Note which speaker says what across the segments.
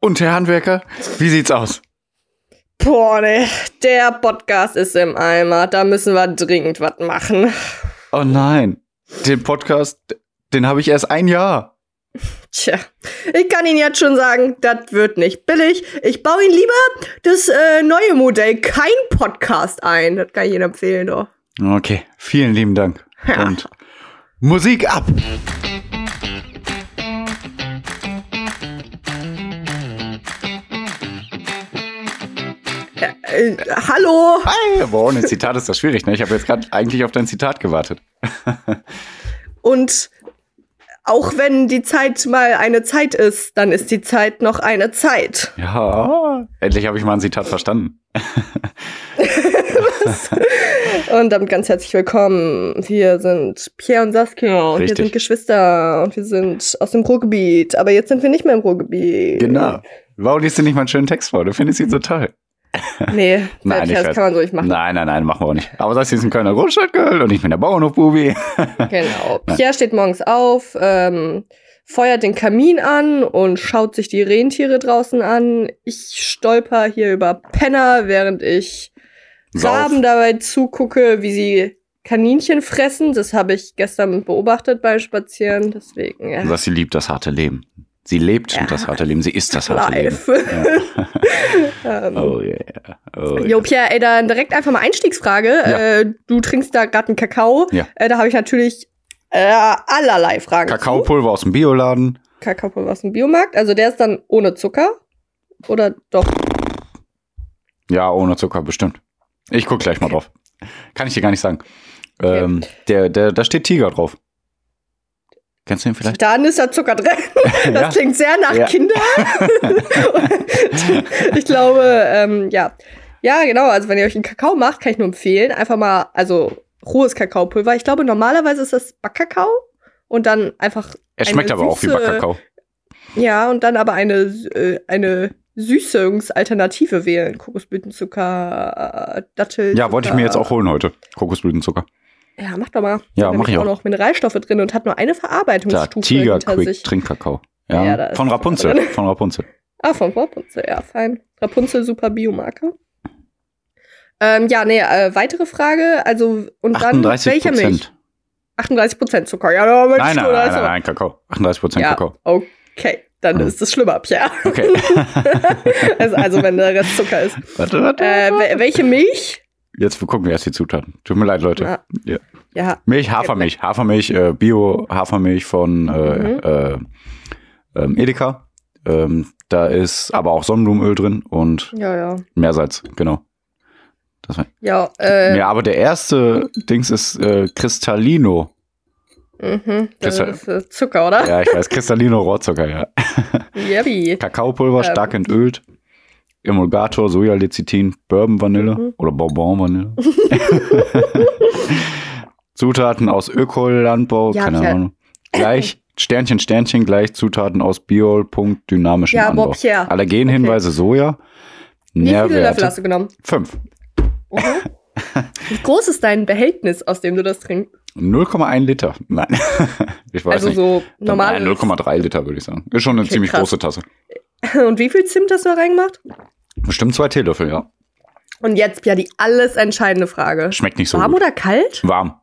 Speaker 1: Und Herr Handwerker, wie sieht's aus?
Speaker 2: Boah, ne, der Podcast ist im Eimer. Da müssen wir dringend was machen.
Speaker 1: Oh nein, den Podcast, den habe ich erst ein Jahr.
Speaker 2: Tja, ich kann Ihnen jetzt schon sagen, das wird nicht billig. Ich baue Ihnen lieber das äh, neue Modell, kein Podcast ein. Das kann ich Ihnen empfehlen, doch.
Speaker 1: Okay, vielen lieben Dank.
Speaker 2: Ja.
Speaker 1: Und Musik ab!
Speaker 2: Äh, hallo?
Speaker 1: Hi! Boah, ohne Zitat ist das schwierig, ne? Ich habe jetzt gerade eigentlich auf dein Zitat gewartet.
Speaker 2: Und auch wenn die Zeit mal eine Zeit ist, dann ist die Zeit noch eine Zeit.
Speaker 1: Ja, endlich habe ich mal ein Zitat verstanden.
Speaker 2: Und damit ganz herzlich willkommen. Wir sind Pierre und Saskia und
Speaker 1: Richtig.
Speaker 2: wir sind Geschwister und wir sind aus dem Ruhrgebiet. Aber jetzt sind wir nicht mehr im Ruhrgebiet.
Speaker 1: Genau. Warum liest du nicht mal einen schönen Text vor? Du findest ihn so toll.
Speaker 2: Nee,
Speaker 1: Nein, ich
Speaker 2: das
Speaker 1: weiß.
Speaker 2: kann man so nicht machen.
Speaker 1: Nein, nein, nein, machen wir auch nicht. Aber das hier ist ein Kölner Großstadtgirl und ich bin der Bauernhofbubi.
Speaker 2: Genau. Pierre steht morgens auf, ähm, feuert den Kamin an und schaut sich die Rentiere draußen an. Ich stolper hier über Penner, während ich Raben dabei zugucke, wie sie Kaninchen fressen. Das habe ich gestern beobachtet beim Spazieren. Deswegen, ja.
Speaker 1: Dass sie liebt das harte Leben. Sie lebt
Speaker 2: Ja.
Speaker 1: das harte Leben, sie ist das harte
Speaker 2: Live.
Speaker 1: Leben.
Speaker 2: ähm,
Speaker 1: Oh yeah. Oh yeah.
Speaker 2: Jo, Pierre, ey, dann direkt einfach mal Einstiegsfrage.
Speaker 1: Ja.
Speaker 2: Äh, du trinkst da gerade einen Kakao.
Speaker 1: Ja.
Speaker 2: Äh, da habe ich natürlich äh, allerlei Fragen. zu.
Speaker 1: Kakaopulver aus dem Bioladen.
Speaker 2: Kakaopulver aus dem Biomarkt. Also der ist dann ohne Zucker. Oder doch?
Speaker 1: Ja, ohne Zucker bestimmt. Ich guck gleich mal drauf. Kann ich dir gar nicht sagen. Ähm, der, der, da steht Tiger drauf. Kennst du ihn vielleicht?
Speaker 2: Dann ist da Zucker drin. Das
Speaker 1: Ja.
Speaker 2: klingt sehr nach
Speaker 1: Ja.
Speaker 2: Kinder. ich glaube, ähm, ja. Ja, genau. Also wenn ihr euch einen Kakao macht, kann ich nur empfehlen. Einfach mal, also rohes Kakaopulver. Ich glaube, normalerweise ist das Backkakao. Und dann einfach,
Speaker 1: Er schmeckt
Speaker 2: eine
Speaker 1: aber auch wie
Speaker 2: süße-
Speaker 1: Backkakao.
Speaker 2: ja, und dann aber eine, äh, eine Süßungsalternative wählen. Kokosblütenzucker, Dattel.
Speaker 1: Ja, wollte ich mir jetzt auch holen heute. Kokosblütenzucker.
Speaker 2: Ja, mach doch mal.
Speaker 1: Ja,
Speaker 2: Da
Speaker 1: mach ich
Speaker 2: auch
Speaker 1: auch.
Speaker 2: noch Mineralstoffe drin und hat nur eine
Speaker 1: Da,
Speaker 2: Verarbeitungsstufe
Speaker 1: Tiger
Speaker 2: hinter
Speaker 1: Quick
Speaker 2: sich.
Speaker 1: Trinkkakao.
Speaker 2: Ja, da
Speaker 1: Ja,
Speaker 2: ist
Speaker 1: von
Speaker 2: Zucker
Speaker 1: Rapunzel.
Speaker 2: drin.
Speaker 1: Von Rapunzel.
Speaker 2: Ah, von Rapunzel, ja, fein. Rapunzel, super Biomarke. Ähm, ja, nee, äh, weitere Frage. Also, und dann
Speaker 1: 38
Speaker 2: welcher Milch?
Speaker 1: Prozent.
Speaker 2: 38 Prozent Zucker. Ja, da Mensch,
Speaker 1: Nein, nein,
Speaker 2: du, da
Speaker 1: nein,
Speaker 2: ist
Speaker 1: nein,
Speaker 2: aber-
Speaker 1: nein, Kakao. 38 Prozent
Speaker 2: Ja,
Speaker 1: Kakao.
Speaker 2: okay, dann
Speaker 1: Hm.
Speaker 2: ist es schlimmer, Pierre.
Speaker 1: Okay.
Speaker 2: also, also, wenn der Rest Zucker ist.
Speaker 1: warte, warte.
Speaker 2: Äh, wel- welche Milch?
Speaker 1: Jetzt gucken wir erst die Zutaten. Tut mir leid, Leute.
Speaker 2: Na,
Speaker 1: Ja.
Speaker 2: ja,
Speaker 1: Milch, Hafermilch. Hafermilch, äh, Bio-Hafermilch von äh,
Speaker 2: Mhm.
Speaker 1: äh, ähm, Edeka. Ähm, da ist aber auch Sonnenblumenöl drin und
Speaker 2: ja, ja.
Speaker 1: Meersalz, genau. Das war,
Speaker 2: Ja, äh,
Speaker 1: ja, aber der erste Dings ist äh, Cristallino.
Speaker 2: mhm, das
Speaker 1: Deshalb-
Speaker 2: ist äh, Zucker, oder?
Speaker 1: Ja, ich weiß, Cristallino Rohrzucker, ja.
Speaker 2: Yummy.
Speaker 1: Kakaopulver,
Speaker 2: Ähm.
Speaker 1: stark entölt. Emulgator, Sojalecithin, Bourbon Vanille
Speaker 2: Mhm.
Speaker 1: oder Bourbon Vanille. Zutaten aus Ökolandbau,
Speaker 2: Ja,
Speaker 1: keine
Speaker 2: Pierre.
Speaker 1: Ahnung. Gleich Sternchen, Sternchen, gleich Zutaten aus Bio, Punkt, dynamischem
Speaker 2: Ja,
Speaker 1: Anbau.
Speaker 2: Bob, Pierre.
Speaker 1: Allergenhinweise Soja.
Speaker 2: Wie viele Löffel
Speaker 1: Nährwerte.
Speaker 2: hast du genommen? Mhm.
Speaker 1: fünf.
Speaker 2: Wie groß ist dein Behältnis, aus dem du das trinkst?
Speaker 1: 0,1 Liter. Nein. ich weiß
Speaker 2: also
Speaker 1: nicht.
Speaker 2: so
Speaker 1: Dann
Speaker 2: normal.
Speaker 1: nein, 0,3 Liter würde ich sagen. Ist schon eine
Speaker 2: Okay,
Speaker 1: ziemlich
Speaker 2: krass.
Speaker 1: große Tasse.
Speaker 2: Und wie viel Zimt hast du da reingemacht?
Speaker 1: Bestimmt zwei Teelöffel, ja.
Speaker 2: Und jetzt ja die alles entscheidende Frage.
Speaker 1: Schmeckt nicht so
Speaker 2: Warm
Speaker 1: gut.
Speaker 2: oder kalt?
Speaker 1: Warm.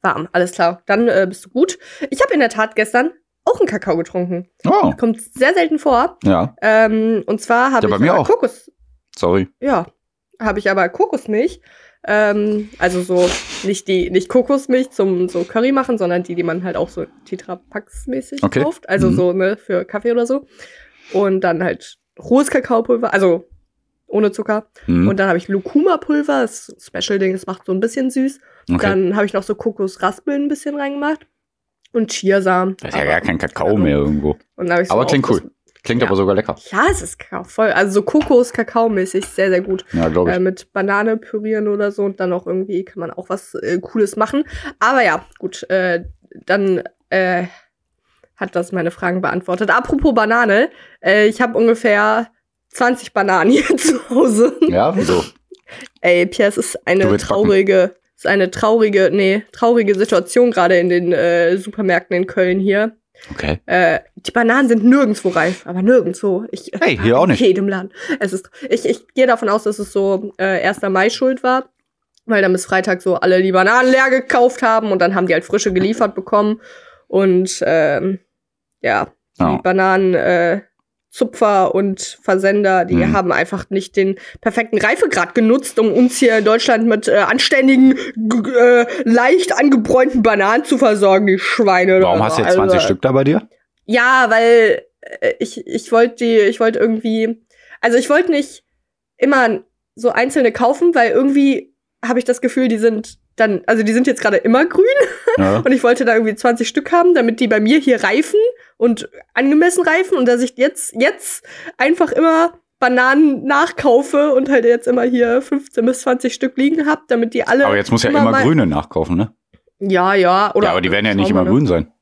Speaker 2: Warm, alles klar. Dann äh, bist du gut. Ich habe in der Tat gestern auch einen Kakao getrunken.
Speaker 1: Oh,
Speaker 2: Kommt sehr selten vor.
Speaker 1: ja.
Speaker 2: Ähm, und zwar habe
Speaker 1: Ja, bei
Speaker 2: ich
Speaker 1: mir
Speaker 2: aber
Speaker 1: auch.
Speaker 2: Kokos.
Speaker 1: Sorry.
Speaker 2: Ja, habe ich aber Kokosmilch. Ähm, also so nicht die nicht Kokosmilch zum so Curry machen, sondern die, die man halt auch so Tetra Packs mäßig
Speaker 1: Okay.
Speaker 2: kauft, also
Speaker 1: Mhm.
Speaker 2: so ne für Kaffee oder so. Und dann halt rohes Kakaopulver, also ohne Zucker.
Speaker 1: Mhm.
Speaker 2: Und dann habe ich Lucuma Pulver, das ist ein Special Ding, das macht so ein bisschen süß.
Speaker 1: okay.
Speaker 2: Dann habe ich noch so Kokosraspeln ein bisschen reingemacht und Chiasamen.
Speaker 1: Da ist ja
Speaker 2: Aber-
Speaker 1: gar kein Kakao
Speaker 2: Ahnung.
Speaker 1: mehr irgendwo.
Speaker 2: Und dann hab ich so
Speaker 1: Aber klingt cool.
Speaker 2: aufges-
Speaker 1: Klingt
Speaker 2: Ja.
Speaker 1: aber sogar lecker.
Speaker 2: Ja, es ist Kakao voll, also so Kokos Kakao mäßig sehr sehr gut
Speaker 1: Ja, glaube ich.
Speaker 2: äh, mit Banane pürieren oder so und dann auch irgendwie kann man auch was äh, Cooles machen. Aber ja, gut, äh, dann äh, hat das meine Fragen beantwortet. Apropos Banane, äh, ich habe ungefähr 20 Bananen hier zu Hause.
Speaker 1: ja, wieso?
Speaker 2: Ey, Pierre, es ist
Speaker 1: Du
Speaker 2: eine
Speaker 1: willst backen.
Speaker 2: traurige, es ist eine traurige, nee, traurige Situation gerade in den äh, Supermärkten in Köln hier.
Speaker 1: Okay.
Speaker 2: Äh, die Bananen sind nirgendwo reif, aber nirgendwo. Ich,
Speaker 1: Hey, hier auch nicht.
Speaker 2: In jedem Laden. Es ist, ich, ich gehe davon aus, dass es so äh, 1. Mai schuld war, weil dann bis Freitag so alle die Bananen leer gekauft haben und dann haben die halt frische geliefert bekommen. Und ähm, ja,
Speaker 1: Ja.
Speaker 2: die Bananen. Äh, Zupfer und Versender, die
Speaker 1: Mhm.
Speaker 2: haben einfach nicht den perfekten Reifegrad genutzt, um uns hier in Deutschland mit äh, anständigen, g- g- äh, leicht angebräunten Bananen zu versorgen, die Schweine.
Speaker 1: Warum hast du jetzt 20
Speaker 2: Also,
Speaker 1: Stück da bei dir?
Speaker 2: Ja, weil äh, ich, ich wollte die, ich wollte irgendwie, also ich wollte nicht immer so einzelne kaufen, weil irgendwie habe ich das Gefühl, die sind dann, also die sind jetzt gerade immer grün.
Speaker 1: Ja.
Speaker 2: Und ich wollte da irgendwie 20 Stück haben, damit die bei mir hier reifen und angemessen reifen und dass ich jetzt, jetzt einfach immer Bananen nachkaufe und halt jetzt immer hier 15 bis 20 Stück liegen hab, damit die alle.
Speaker 1: Aber jetzt muss ja
Speaker 2: immer
Speaker 1: immer
Speaker 2: mal-
Speaker 1: grüne nachkaufen, ne?
Speaker 2: ja, ja. Oder
Speaker 1: ja, aber die werden ja nicht
Speaker 2: Schauen wir
Speaker 1: immer
Speaker 2: mal.
Speaker 1: grün sein.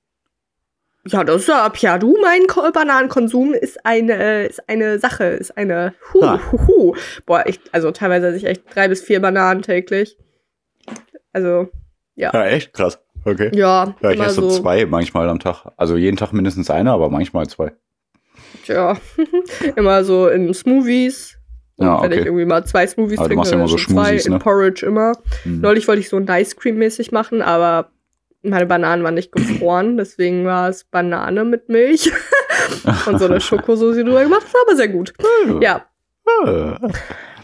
Speaker 2: Ja, das ist ja ab. Ja, du, mein Ko Bananenkonsum ist eine, ist eine Sache, ist eine. Hu,
Speaker 1: Ah.
Speaker 2: hu, hu. Boah, ich, also teilweise esse ich echt drei bis vier Bananen täglich. Also,
Speaker 1: Ja, Ah, echt? Krass. Okay.
Speaker 2: ja.
Speaker 1: Ja, ich
Speaker 2: immer
Speaker 1: esse so zwei manchmal am Tag. Also jeden Tag mindestens eine, aber manchmal zwei.
Speaker 2: Tja, immer so in Smoothies. Und
Speaker 1: Ja,
Speaker 2: Wenn ich
Speaker 1: okay.
Speaker 2: irgendwie mal zwei Smoothies
Speaker 1: Aber du
Speaker 2: trinke,
Speaker 1: machst ja
Speaker 2: dann
Speaker 1: immer so
Speaker 2: schon zwei,
Speaker 1: Schmoothies, ne?
Speaker 2: in Porridge immer.
Speaker 1: Mhm.
Speaker 2: Neulich wollte ich so ein Ice Cream mäßig machen, aber meine Bananen waren nicht gefroren, deswegen war es Banane mit Milch und so eine Schokosauce drüber gemacht. Das war aber sehr gut. Ja.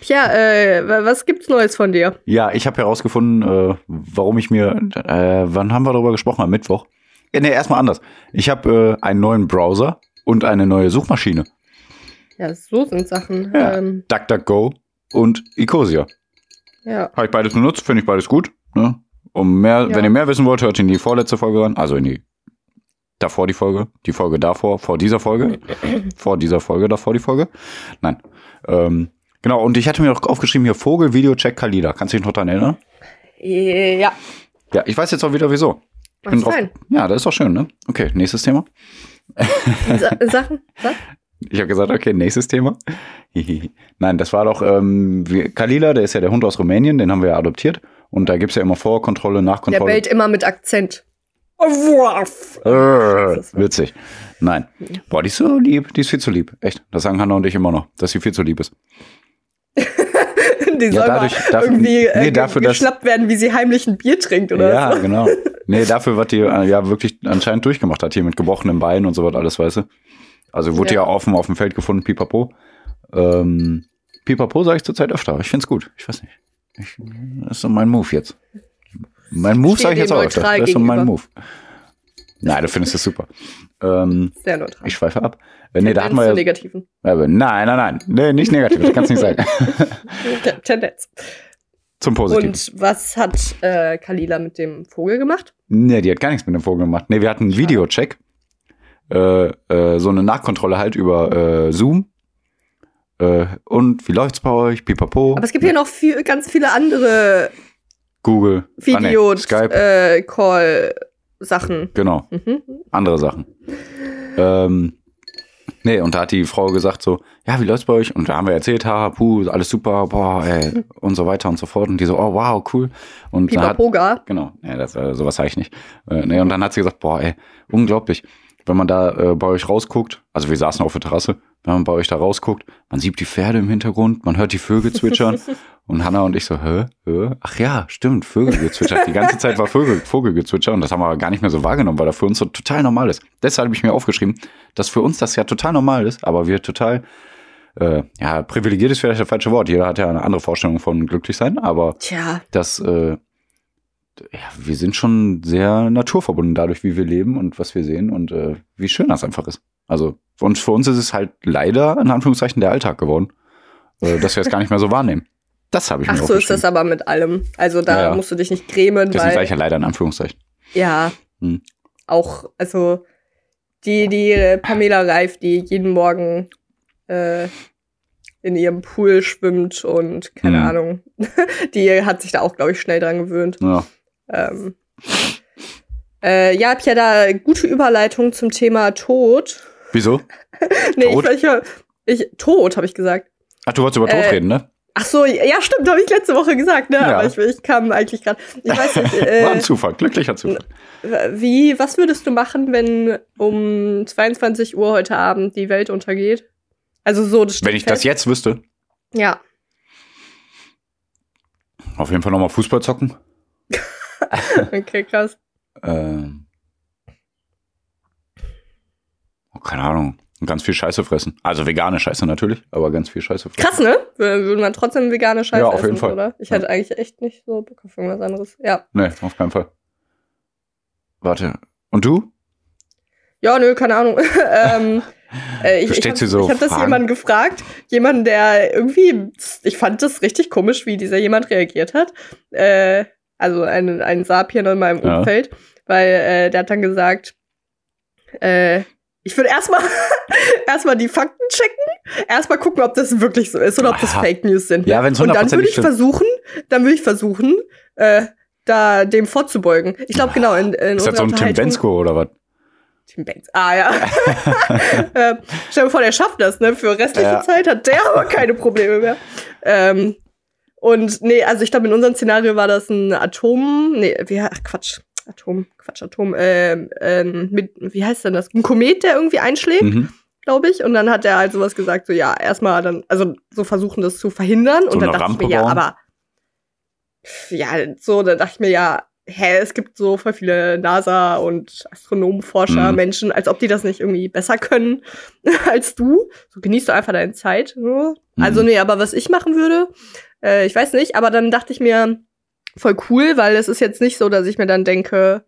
Speaker 2: Tja, äh, wa- was gibt's Neues von dir?
Speaker 1: Ja, ich habe herausgefunden, äh, warum ich mir. Äh, wann haben wir darüber gesprochen? Am Mittwoch? Ja, nee, erstmal anders. Ich habe äh, einen neuen Browser und eine neue Suchmaschine.
Speaker 2: Ja, so sind Sachen.
Speaker 1: Ja.
Speaker 2: Ähm,
Speaker 1: DuckDuckGo und Ecosia.
Speaker 2: ja.
Speaker 1: Habe ich beides benutzt, finde ich beides gut. Ne? Um mehr,
Speaker 2: Ja.
Speaker 1: Wenn ihr mehr wissen wollt, hört in die vorletzte Folge ran. Also in die davor die Folge, die Folge davor, vor dieser Folge, vor dieser Folge, davor die Folge. Nein. Ähm, genau, und ich hatte mir auch aufgeschrieben hier Vogel, Video, Check, Kalida. Kannst du dich noch daran erinnern?
Speaker 2: Äh, Ja,
Speaker 1: Ja, ich weiß jetzt auch wieder wieso. Ich bin
Speaker 2: was
Speaker 1: drauf-
Speaker 2: rein.
Speaker 1: Ja, das ist doch schön, ne? Okay, nächstes Thema.
Speaker 2: Sa Sachen? Was?
Speaker 1: Ich habe gesagt, okay, nächstes Thema. Hihihi. Nein, das war doch ähm, wir- Kalila, der ist ja der Hund aus Rumänien, den haben wir ja adoptiert. Und da gibt's ja immer Vorkontrolle,
Speaker 2: Der
Speaker 1: Nachkontrolle.
Speaker 2: bellt immer mit Akzent. Oh, Wuff.
Speaker 1: Äh,
Speaker 2: Das ist-
Speaker 1: witzig. Nein. Boah, die ist so lieb. Die ist viel zu lieb. Echt. Das sagen Hannah und ich immer noch, dass sie viel zu lieb ist.
Speaker 2: Die soll
Speaker 1: dadurch-
Speaker 2: mal
Speaker 1: dafür-
Speaker 2: irgendwie äh,
Speaker 1: nee,
Speaker 2: ge-
Speaker 1: dafür, dass-
Speaker 2: geschnappt werden, wie sie heimlich ein Bier trinkt oder
Speaker 1: ja,
Speaker 2: so.
Speaker 1: genau. Nee, dafür, was die äh, ja wirklich anscheinend durchgemacht hat, hier mit gebrochenem Bein und so was alles, weißt du. Also wurde
Speaker 2: Ja.
Speaker 1: ja, offen auf dem Feld gefunden, pipapo. Ähm, pipapo sage ich zurzeit öfter. Ich find's gut. Ich weiß nicht. Ich, das ist so mein Move jetzt. Mein Move
Speaker 2: Stehe
Speaker 1: sage ich jetzt
Speaker 2: dem
Speaker 1: auch öfter.
Speaker 2: neutral
Speaker 1: Das ist so mein
Speaker 2: gegenüber.
Speaker 1: Move. Nein, du findest das super. Ähm,
Speaker 2: Sehr neutral.
Speaker 1: ich schweife ab. Äh, Nee, da hatten wir
Speaker 2: Tendenz
Speaker 1: ja
Speaker 2: zu negativen.
Speaker 1: Aber nein, nein, nein. Nee, nicht negativ, das kannst du nicht sagen.
Speaker 2: Te- Tendenz.
Speaker 1: Zum Positiven.
Speaker 2: Und was hat äh, Kalila mit dem Vogel gemacht?
Speaker 1: Nee, die hat gar nichts mit dem Vogel gemacht. Nee, wir hatten einen Videocheck. Äh, äh, so eine Nachkontrolle halt über äh, Zoom. Äh, und wie läuft's bei euch? Pipapo.
Speaker 2: Aber es gibt hier noch viel, ganz viele andere
Speaker 1: Google. Ah, nee, Skype.
Speaker 2: Video-Call-Sachen.
Speaker 1: Genau.
Speaker 2: mhm.
Speaker 1: andere Sachen. Ähm, nee, und da hat die Frau gesagt so, ja, wie läuft's bei euch? Und da haben wir erzählt, ha, puh, alles super, boah, ey, und so weiter und so fort. Und die so, oh, wow, cool. Und da hat,
Speaker 2: Pipapoga.
Speaker 1: Genau, nee, das, äh, sowas sage ich nicht. Äh, nee, und dann hat sie gesagt, boah, ey, unglaublich. Wenn man da äh, bei euch rausguckt, also wir saßen auf der Terrasse, wenn man bei euch da rausguckt, man sieht die Pferde im Hintergrund, man hört die Vögel zwitschern. und Hanna und ich so, hä, hä? Ach ja, stimmt, Vögelgezwitscher. die ganze Zeit war Vögel, Vogelgezwitscher und das haben wir gar nicht mehr so wahrgenommen, weil das für uns so total normal ist. Deshalb habe ich mir aufgeschrieben, dass für uns das ja total normal ist, aber wir total, äh, ja, privilegiert ist vielleicht das falsche Wort. Jeder hat ja eine andere Vorstellung von glücklich sein, aber
Speaker 2: Tja,
Speaker 1: dass äh, ja, wir sind schon sehr naturverbunden dadurch, wie wir leben und was wir sehen und äh, wie schön das einfach ist. Also und für uns ist es halt leider in Anführungszeichen der Alltag geworden, äh, dass wir es gar nicht mehr so wahrnehmen. Das habe ich
Speaker 2: ach
Speaker 1: mir
Speaker 2: so ist das
Speaker 1: aufgeschrieben.
Speaker 2: aber mit allem. Also da
Speaker 1: Ja, ja.
Speaker 2: musst du dich nicht grämen,
Speaker 1: Deswegen
Speaker 2: weil
Speaker 1: sage ich ja leider in Anführungszeichen.
Speaker 2: Ja.
Speaker 1: Hm.
Speaker 2: Auch, also die, die äh, Pamela Reif, die jeden Morgen äh, in ihrem Pool schwimmt und keine
Speaker 1: Hm.
Speaker 2: Ahnung, die hat sich da auch, glaube ich, schnell dran gewöhnt.
Speaker 1: Ja.
Speaker 2: Ähm, äh, ja, hab ja da gute Überleitung zum Thema Tod.
Speaker 1: Wieso?
Speaker 2: Nee,
Speaker 1: Tod?
Speaker 2: ich, ich, ich Tod, habe ich gesagt.
Speaker 1: Ach, du wolltest über Tod
Speaker 2: Äh,
Speaker 1: reden, ne?
Speaker 2: Ach so, ja, stimmt, habe ich letzte Woche gesagt, ne?
Speaker 1: Ja.
Speaker 2: Aber ich, ich kam eigentlich gerade. Ich weiß nicht,
Speaker 1: War ein
Speaker 2: äh,
Speaker 1: Zufall, glücklicher Zufall.
Speaker 2: wie, was würdest du machen, wenn um 22 Uhr heute Abend die Welt untergeht? Also so, das steht
Speaker 1: Wenn ich das
Speaker 2: fest.
Speaker 1: jetzt wüsste,
Speaker 2: Ja.
Speaker 1: auf jeden Fall nochmal Fußball zocken.
Speaker 2: Okay, krass.
Speaker 1: Ähm, oh, keine Ahnung. Ganz viel Scheiße fressen. Also vegane Scheiße natürlich, aber ganz viel Scheiße fressen.
Speaker 2: Krass, ne? Wür- Würde man trotzdem vegane Scheiße
Speaker 1: Ja, auf
Speaker 2: essen,
Speaker 1: jeden Fall.
Speaker 2: oder? Ich
Speaker 1: Ja.
Speaker 2: hatte eigentlich echt nicht so Bock auf irgendwas anderes. Ja.
Speaker 1: Nee, auf keinen Fall. Warte. Und du?
Speaker 2: Ja, nö, keine Ahnung. ähm, äh, ich
Speaker 1: Du
Speaker 2: ich
Speaker 1: stellst dir
Speaker 2: habe
Speaker 1: so
Speaker 2: hab das
Speaker 1: Fragen.
Speaker 2: jemanden gefragt, jemanden, der irgendwie, ich fand das richtig komisch, wie dieser jemand reagiert hat. Äh, also ein, ein Sapien in meinem
Speaker 1: Ja.
Speaker 2: Umfeld, weil äh, der hat dann gesagt, äh, ich würde erstmal erstmal die Fakten checken, erstmal gucken, ob das wirklich so ist oder ob das
Speaker 1: Aha.
Speaker 2: Fake News sind.
Speaker 1: Ja, wenn's
Speaker 2: Und dann
Speaker 1: 100%
Speaker 2: würde ich
Speaker 1: stimmt.
Speaker 2: versuchen, dann würde ich versuchen, äh, da dem vorzubeugen. Ich glaube genau in, in
Speaker 1: Ah, Ist das so ein Tim
Speaker 2: Unterhaltung-
Speaker 1: Bensko oder was?
Speaker 2: Tim Banks. Ah ja. ähm, stell dir vor, der schafft das, ne? Für restliche
Speaker 1: Ja.
Speaker 2: Zeit hat der aber keine Probleme mehr. Ähm, und nee, also ich glaube, in unserem Szenario war das ein Atom. Nee, wie, ach Quatsch. Atom, Quatsch, Atom. Ähm, ähm, mit, wie heißt denn das? Ein Komet, der irgendwie einschlägt,
Speaker 1: Mhm.
Speaker 2: glaube ich. Und dann hat er halt sowas gesagt, so ja, erstmal dann, also so versuchen, das zu verhindern.
Speaker 1: So
Speaker 2: und dann
Speaker 1: eine
Speaker 2: dachte
Speaker 1: Rampe
Speaker 2: ich mir, ja,
Speaker 1: bauen?
Speaker 2: aber pf, ja, so, dann dachte ich mir ja, hä, es gibt so voll viele NASA und Astronomenforscher,
Speaker 1: Mhm.
Speaker 2: Menschen, als ob die das nicht irgendwie besser können als du. So genießt du einfach deine Zeit. So. Also
Speaker 1: Mhm.
Speaker 2: nee, aber was ich machen würde, äh, ich weiß nicht, aber dann dachte ich mir, voll cool, weil es ist jetzt nicht so, dass ich mir dann denke,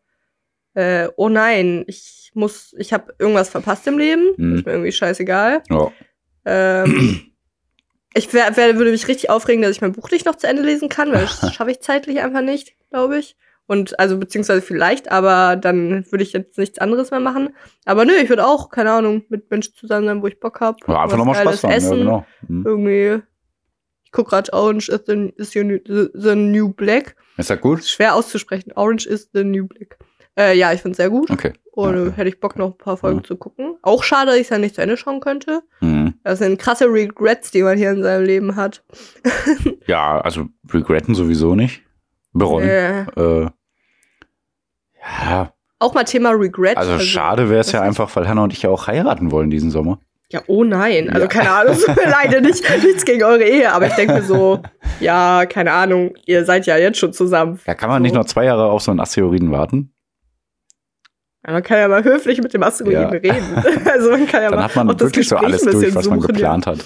Speaker 2: äh, oh nein, ich muss, ich habe irgendwas verpasst im Leben,
Speaker 1: Mhm.
Speaker 2: ist mir irgendwie scheißegal.
Speaker 1: Ja.
Speaker 2: Ähm, ich wär, wär, würde mich richtig aufregen, dass ich mein Buch nicht noch zu Ende lesen kann, weil das schaffe ich zeitlich einfach nicht, glaube ich. Und also beziehungsweise vielleicht, aber dann würde ich jetzt nichts anderes mehr machen. Aber nö, ich würde auch, keine Ahnung, mit Menschen zusammen sein, wo ich Bock habe.
Speaker 1: ja einfach nochmal Spaß haben. Ja, genau. Mhm.
Speaker 2: Irgendwie. Ich guck gerade Orange is the, is your new, the, the New Black.
Speaker 1: Ist das gut?
Speaker 2: Schwer auszusprechen. Orange is the New Black. Äh, ja, ich find's sehr gut.
Speaker 1: Okay.
Speaker 2: Und
Speaker 1: Ja.
Speaker 2: äh, hätte ich Bock, noch ein paar Folgen
Speaker 1: Ja.
Speaker 2: zu gucken. Auch schade, dass ich ja nicht zu Ende schauen könnte.
Speaker 1: Mhm.
Speaker 2: Das sind krasse Regrets, die man hier in seinem Leben hat.
Speaker 1: Ja, also regretten sowieso nicht. Bereuen.
Speaker 2: Äh,
Speaker 1: Äh, ja,
Speaker 2: auch mal Thema Regret.
Speaker 1: also schade wäre es ja
Speaker 2: das-
Speaker 1: einfach, weil Hannah und ich ja auch heiraten wollen diesen Sommer.
Speaker 2: Ja, oh nein. Also
Speaker 1: Ja.
Speaker 2: keine Ahnung, es tut mir leid, nicht, nichts gegen eure Ehe, aber ich denke mir so, ja, keine Ahnung, ihr seid ja jetzt schon zusammen.
Speaker 1: Ja, kann man
Speaker 2: So.
Speaker 1: nicht noch zwei Jahre auf so einen Asteroiden warten?
Speaker 2: Man kann ja mal höflich mit dem Asteroiden
Speaker 1: Ja.
Speaker 2: reden. Also man kann ja
Speaker 1: Dann
Speaker 2: mal
Speaker 1: hat man
Speaker 2: auch das
Speaker 1: wirklich so
Speaker 2: Gespräch
Speaker 1: alles
Speaker 2: ein bisschen
Speaker 1: durch, was man
Speaker 2: suchen, ja.
Speaker 1: geplant hat.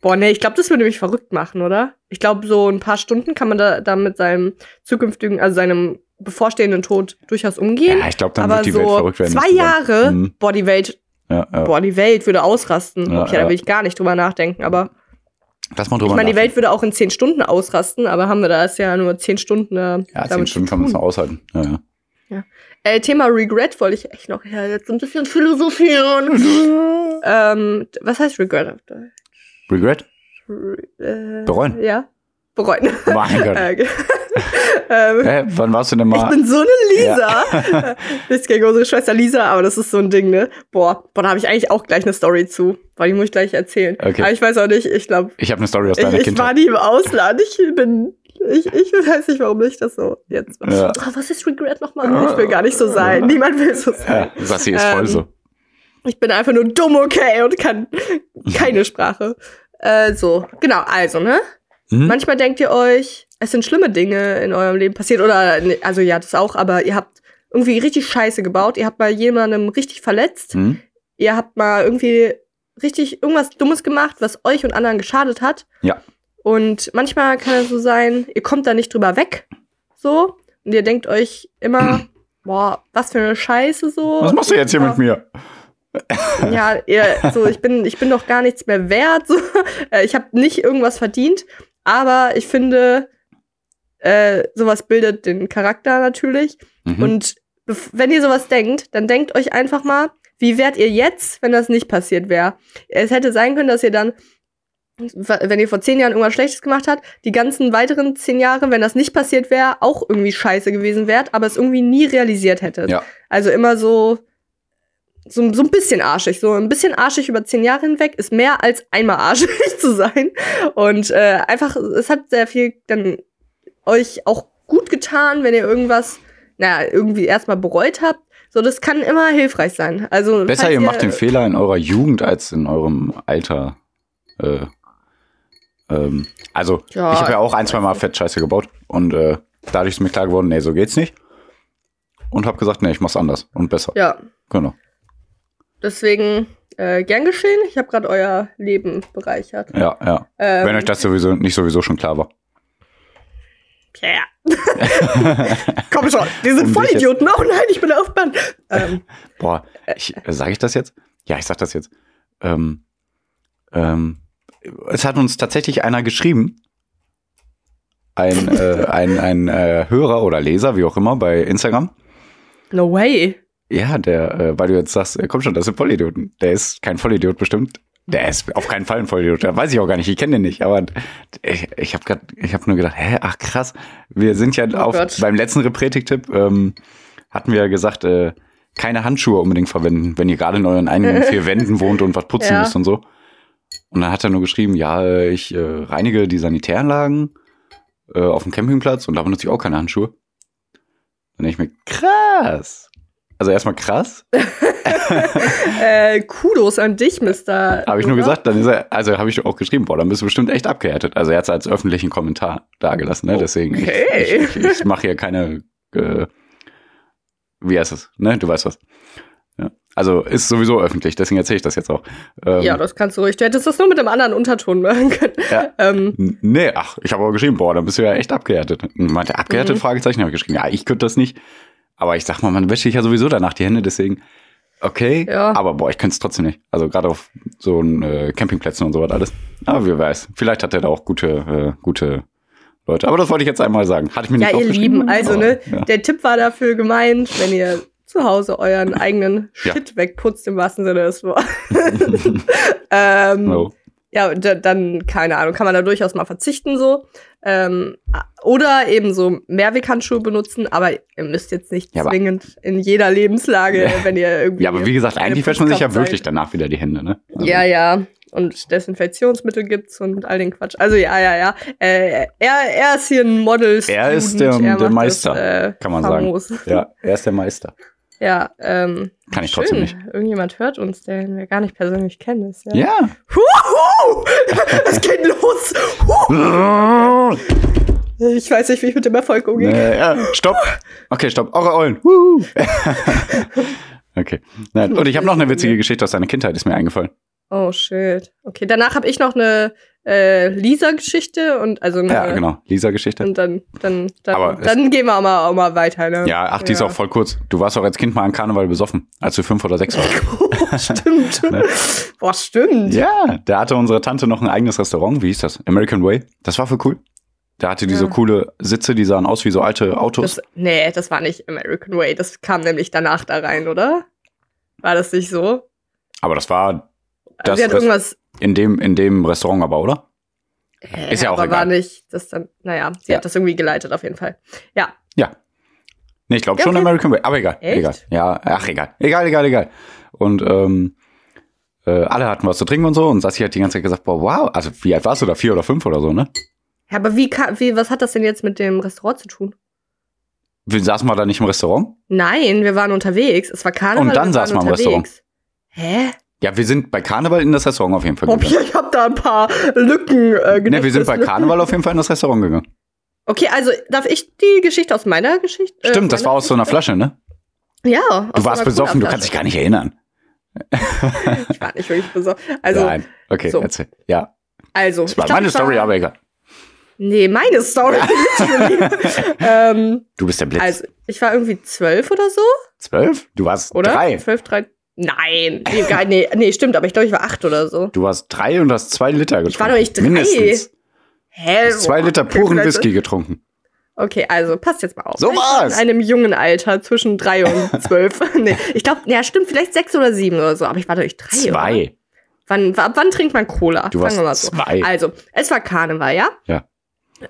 Speaker 2: Boah, nee, ich glaube, das würde mich verrückt machen, oder? Ich glaube, so ein paar Stunden kann man da, da mit seinem zukünftigen, also seinem bevorstehenden Tod durchaus umgehen.
Speaker 1: Ja, ich glaube, dann
Speaker 2: aber
Speaker 1: wird die
Speaker 2: so
Speaker 1: Welt verrückt werden.
Speaker 2: zwei
Speaker 1: insgesamt.
Speaker 2: Jahre,
Speaker 1: Mhm.
Speaker 2: boah, die Welt,
Speaker 1: Ja, ja.
Speaker 2: boah, die Welt würde ausrasten.
Speaker 1: Ja,
Speaker 2: okay, da
Speaker 1: ja.
Speaker 2: will ich gar nicht drüber nachdenken, aber
Speaker 1: Lass mal drüber
Speaker 2: ich meine, die
Speaker 1: nachdenken.
Speaker 2: Welt würde auch in zehn Stunden ausrasten, aber haben wir da ist ja nur zehn Stunden äh,
Speaker 1: Ja, zehn
Speaker 2: damit
Speaker 1: Stunden
Speaker 2: zu
Speaker 1: kann man es
Speaker 2: tun.
Speaker 1: noch aushalten. Ja, ja.
Speaker 2: Äh, Thema Regret wollte ich echt noch ja, jetzt ein bisschen philosophieren. ähm, was heißt Regret? auf Deutsch?
Speaker 1: Regret?
Speaker 2: Re- Äh,
Speaker 1: Bereuen.
Speaker 2: Ja, bereuen.
Speaker 1: Mein Gott.
Speaker 2: Äh, ge- ähm,
Speaker 1: Hä, wann warst du denn
Speaker 2: ich
Speaker 1: mal?
Speaker 2: bin so eine Lisa. Nichts gegen unsere Schwester Lisa, aber das ist so ein Ding, ne? Boah, boah da habe ich eigentlich auch gleich eine Story zu, weil die muss ich gleich erzählen.
Speaker 1: Okay.
Speaker 2: Aber ich weiß auch nicht, ich glaube,
Speaker 1: Ich habe eine Story aus
Speaker 2: ich,
Speaker 1: deiner
Speaker 2: ich war
Speaker 1: Kindheit.
Speaker 2: nie im Ausland. Ich bin. Ich, ich weiß nicht, warum ich das so jetzt.
Speaker 1: Ja.
Speaker 2: Ah, was ist Regret nochmal? Ich will gar nicht so sein. Niemand will so sein.
Speaker 1: Ja, Sassi ist voll
Speaker 2: Ähm,
Speaker 1: so.
Speaker 2: Ich bin einfach nur dumm, okay, und kann keine Sprache. Äh, so, genau, also, ne?
Speaker 1: Mhm.
Speaker 2: Manchmal denkt ihr euch, es sind schlimme Dinge in eurem Leben passiert oder ne, also ja, das auch, aber ihr habt irgendwie richtig Scheiße gebaut, ihr habt mal jemandem richtig verletzt,
Speaker 1: Mhm.
Speaker 2: ihr habt mal irgendwie richtig irgendwas Dummes gemacht, was euch und anderen geschadet hat.
Speaker 1: Ja.
Speaker 2: Und manchmal kann es so sein, ihr kommt da nicht drüber weg, so und ihr denkt euch immer, boah, was für eine Scheiße so.
Speaker 1: Was machst du jetzt hier mit mir?
Speaker 2: Ja, ihr, so ich bin, ich bin doch gar nichts mehr wert. So, äh, ich habe nicht irgendwas verdient, aber ich finde, äh, sowas bildet den Charakter natürlich.
Speaker 1: Mhm.
Speaker 2: Und bef- wenn ihr sowas denkt, dann denkt euch einfach mal, wie wärt ihr jetzt, wenn das nicht passiert wäre? Es hätte sein können, dass ihr dann, wenn ihr vor zehn Jahren irgendwas Schlechtes gemacht habt, die ganzen weiteren zehn Jahre, wenn das nicht passiert wäre, auch irgendwie scheiße gewesen wärt, aber es irgendwie nie realisiert hättet.
Speaker 1: Ja.
Speaker 2: Also immer so so, so ein bisschen arschig, so ein bisschen arschig über zehn Jahre hinweg ist mehr als einmal arschig zu sein. Und äh, einfach, es hat sehr viel dann euch auch gut getan, wenn ihr irgendwas, naja, irgendwie erstmal bereut habt. So, das kann immer hilfreich sein. Also,
Speaker 1: Besser,
Speaker 2: falls
Speaker 1: ihr macht den Fehler in eurer Jugend als in eurem Alter. Äh, ähm, also,
Speaker 2: Ja,
Speaker 1: ich habe ja auch ein,
Speaker 2: ich
Speaker 1: zwei Mal Fettscheiße gebaut und äh, dadurch ist mir klar geworden, nee, so geht's nicht. Und habe gesagt, nee, ich mach's anders und besser.
Speaker 2: Ja,
Speaker 1: Genau.
Speaker 2: deswegen äh, gern geschehen. Ich habe gerade euer Leben bereichert.
Speaker 1: Ja, ja.
Speaker 2: Ähm,
Speaker 1: Wenn euch das sowieso nicht sowieso schon klar war.
Speaker 2: Ja, ja. Komm schon, die sind
Speaker 1: Um dich
Speaker 2: Vollidioten. Oh nein, ich bin auf Band. Ähm,
Speaker 1: Boah, ich, sage ich das jetzt? Ja, ich sag das jetzt. Ähm, ähm, es hat uns tatsächlich einer geschrieben. Ein, äh, ein, ein äh, Hörer oder Leser, wie auch immer, bei Instagram.
Speaker 2: no way.
Speaker 1: Ja, der, äh, weil du jetzt sagst, äh, komm schon, das sind Vollidioten. Der ist kein Vollidiot bestimmt. Der ist auf keinen Fall ein Vollidiot. Da weiß ich auch gar nicht. Ich kenne den nicht. Aber ich, ich habe gerade, ich habe nur gedacht, hä, ach krass. Wir sind ja
Speaker 2: Oh
Speaker 1: auf,
Speaker 2: Gott.
Speaker 1: beim letzten Repretik-Tipp ähm, hatten wir ja gesagt, äh, keine Handschuhe unbedingt verwenden, wenn ihr gerade in euren eigenen vier Wänden wohnt und was putzen
Speaker 2: Ja.
Speaker 1: müsst und so. Und dann hat er nur geschrieben, ja, äh, ich äh, reinige die Sanitäranlagen äh, auf dem Campingplatz und da benutze ich auch keine Handschuhe. Dann denke ich mir, krass. Also erstmal krass,
Speaker 2: Äh, Kudos an dich, Mister.
Speaker 1: Habe ich nur gesagt, dann ist er, also habe ich auch geschrieben, boah, dann bist du bestimmt echt abgehärtet. Also er hat es als öffentlichen Kommentar dagelassen, ne? Deswegen,
Speaker 2: Okay.
Speaker 1: ich, ich, ich, ich mache hier keine, äh, wie heißt es, ne? Du weißt was. Ja. Also ist sowieso öffentlich, deswegen erzähle ich das jetzt auch. Ähm,
Speaker 2: Ja, das kannst du ruhig. Du hättest das nur mit einem anderen Unterton machen können.
Speaker 1: Ja.
Speaker 2: Ähm,
Speaker 1: n- Nee, ach, ich habe aber geschrieben, boah, dann bist du ja echt abgehärtet. Und meinte, abgehärtet?
Speaker 2: Mhm.
Speaker 1: Fragezeichen habe ich geschrieben. Ja, ich könnte das nicht. Aber ich sag mal, man wäscht sich ja sowieso danach die Hände, deswegen, okay,
Speaker 2: Ja.
Speaker 1: aber boah, ich könnte es trotzdem nicht. Also gerade auf so einen, äh, Campingplätzen und sowas alles. Aber wer weiß, vielleicht hat er da auch gute, äh, gute Leute. Aber das wollte ich jetzt einmal sagen. Hatte ich mir
Speaker 2: ja,
Speaker 1: nicht
Speaker 2: ihr
Speaker 1: aufgeschrieben,
Speaker 2: Lieben, also,
Speaker 1: aber,
Speaker 2: ne,
Speaker 1: Ja.
Speaker 2: der Tipp war dafür gemeint, wenn ihr zu Hause euren eigenen
Speaker 1: Ja.
Speaker 2: Shit wegputzt, im wahrsten Sinne des Wortes. ähm,
Speaker 1: No.
Speaker 2: Ja, da, dann, keine Ahnung, kann man da durchaus mal verzichten so. Ähm, a- oder eben so Mehrweghandschuhe benutzen, aber ihr müsst jetzt nicht
Speaker 1: Ja, aber-
Speaker 2: zwingend in jeder Lebenslage,
Speaker 1: Ja.
Speaker 2: wenn ihr irgendwie.
Speaker 1: ja, aber wie gesagt,
Speaker 2: eine
Speaker 1: eigentlich wäscht man sich ja
Speaker 2: Putzkraft
Speaker 1: wirklich
Speaker 2: seid.
Speaker 1: danach wieder die Hände, ne? Also,
Speaker 2: Ja, ja. Und Desinfektionsmittel gibt's und all den Quatsch. Also ja, ja, ja. Äh, er, er ist hier ein Model.
Speaker 1: Er ist der- der Meister, kann man sagen.
Speaker 2: sagen.
Speaker 1: ja, er ist der Meister.
Speaker 2: äh, Ja, ähm,
Speaker 1: Kann ich
Speaker 2: schön.
Speaker 1: trotzdem nicht.
Speaker 2: Irgendjemand hört uns, den wir gar nicht persönlich kennen. Ist ja.
Speaker 1: Ja.
Speaker 2: Huhu! Es geht los! Huh! Ich weiß nicht, wie ich mit dem Erfolg umgehe.
Speaker 1: Äh, ja, stopp. Okay, stopp. Eure Eulen. Wuhu. okay. Nein. Und ich habe noch eine witzige Geschichte aus deiner Kindheit, ist mir eingefallen.
Speaker 2: Oh shit. Okay, danach habe ich noch eine äh, Lisa-Geschichte und also eine,
Speaker 1: Ja, genau. Lisa-Geschichte.
Speaker 2: und dann dann dann,
Speaker 1: Aber es-
Speaker 2: dann gehen wir auch mal, auch mal weiter. Ne?
Speaker 1: Ja, ach, die ist
Speaker 2: Ja.
Speaker 1: auch voll kurz. Du warst auch als Kind mal an Karneval besoffen, als du fünf oder sechs warst.
Speaker 2: stimmt.
Speaker 1: Ne?
Speaker 2: Boah, stimmt.
Speaker 1: ja, da hatte unsere Tante noch ein eigenes Restaurant. Wie hieß das? American Way. Das war voll cool. Da hatte die so
Speaker 2: Ja.
Speaker 1: coole Sitze, die sahen aus wie so alte Autos.
Speaker 2: Das, nee, das war nicht American Way. Das kam nämlich danach da rein, oder? War das nicht so?
Speaker 1: aber das war Das-
Speaker 2: Also Sie hat
Speaker 1: das-
Speaker 2: irgendwas.
Speaker 1: in dem, in dem Restaurant aber, oder?
Speaker 2: Äh,
Speaker 1: Ist ja auch
Speaker 2: aber war
Speaker 1: egal.
Speaker 2: nicht. Das dann. Naja, sie
Speaker 1: Ja.
Speaker 2: hat das irgendwie geleitet auf jeden Fall. Ja.
Speaker 1: Ja. Nee, ich glaube
Speaker 2: Ja,
Speaker 1: schon
Speaker 2: okay.
Speaker 1: American Way. Aber egal.
Speaker 2: Echt?
Speaker 1: Egal. Ja, ach, egal. Egal, egal, egal. Und ähm, äh, alle hatten was zu trinken und so. Und Sassi hat die ganze Zeit gesagt, boah, wow. Also, wie alt warst du da? Vier oder fünf oder so, ne?
Speaker 2: Ja, aber wie, ka- wie was hat das denn jetzt mit dem Restaurant zu tun?
Speaker 1: Wir saßen mal da nicht im Restaurant?
Speaker 2: Nein, wir waren unterwegs. Es war Karneval.
Speaker 1: Und dann
Speaker 2: wir
Speaker 1: saß
Speaker 2: waren
Speaker 1: man im
Speaker 2: unterwegs. Hä?
Speaker 1: Ja, wir sind bei Karneval in das Restaurant auf jeden Fall
Speaker 2: Bob,
Speaker 1: gegangen.
Speaker 2: ich hab da ein paar Lücken äh,
Speaker 1: Ne, wir sind bei
Speaker 2: Gedächtnislücken.
Speaker 1: Karneval auf jeden Fall in das Restaurant gegangen.
Speaker 2: Okay, also darf ich die Geschichte aus meiner Geschichte? äh,
Speaker 1: Stimmt, das war
Speaker 2: meiner-
Speaker 1: aus so einer Flasche, ne?
Speaker 2: Ja.
Speaker 1: Du warst besoffen, du kannst dich gar nicht erinnern.
Speaker 2: nicht. Ich war nicht wirklich besoffen. Also,
Speaker 1: Nein. Okay,
Speaker 2: so.
Speaker 1: erzähl. Ja,
Speaker 2: also.
Speaker 1: das war
Speaker 2: ich glaub,
Speaker 1: meine
Speaker 2: ich war-
Speaker 1: Story, aber egal.
Speaker 2: Nee, meine Story. literally. ähm,
Speaker 1: Du bist der Blitz.
Speaker 2: also, ich war irgendwie zwölf oder so,
Speaker 1: Zwölf? Du warst
Speaker 2: oder?
Speaker 1: drei.
Speaker 2: Zwölf, drei. Nein, egal, nee, nee, stimmt, aber ich glaube, ich war acht oder so.
Speaker 1: Du warst drei und hast zwei Liter getrunken.
Speaker 2: war doch nicht drei.
Speaker 1: Mindestens.
Speaker 2: Hä?
Speaker 1: Hast zwei
Speaker 2: boah,
Speaker 1: Liter puren
Speaker 2: Leute.
Speaker 1: Whisky getrunken.
Speaker 2: Okay, also passt jetzt mal auf.
Speaker 1: So
Speaker 2: Ich war
Speaker 1: war's.
Speaker 2: In einem jungen Alter zwischen drei und zwölf. nee, ich glaube, ja, stimmt, vielleicht sechs oder sieben oder so, aber ich war durch drei. Oder?
Speaker 1: Zwei.
Speaker 2: Wann, ab wann trinkt man Cola?
Speaker 1: Du
Speaker 2: Sagen wir mal
Speaker 1: warst
Speaker 2: so.
Speaker 1: zwei.
Speaker 2: Also, es war Karneval, ja?
Speaker 1: Ja.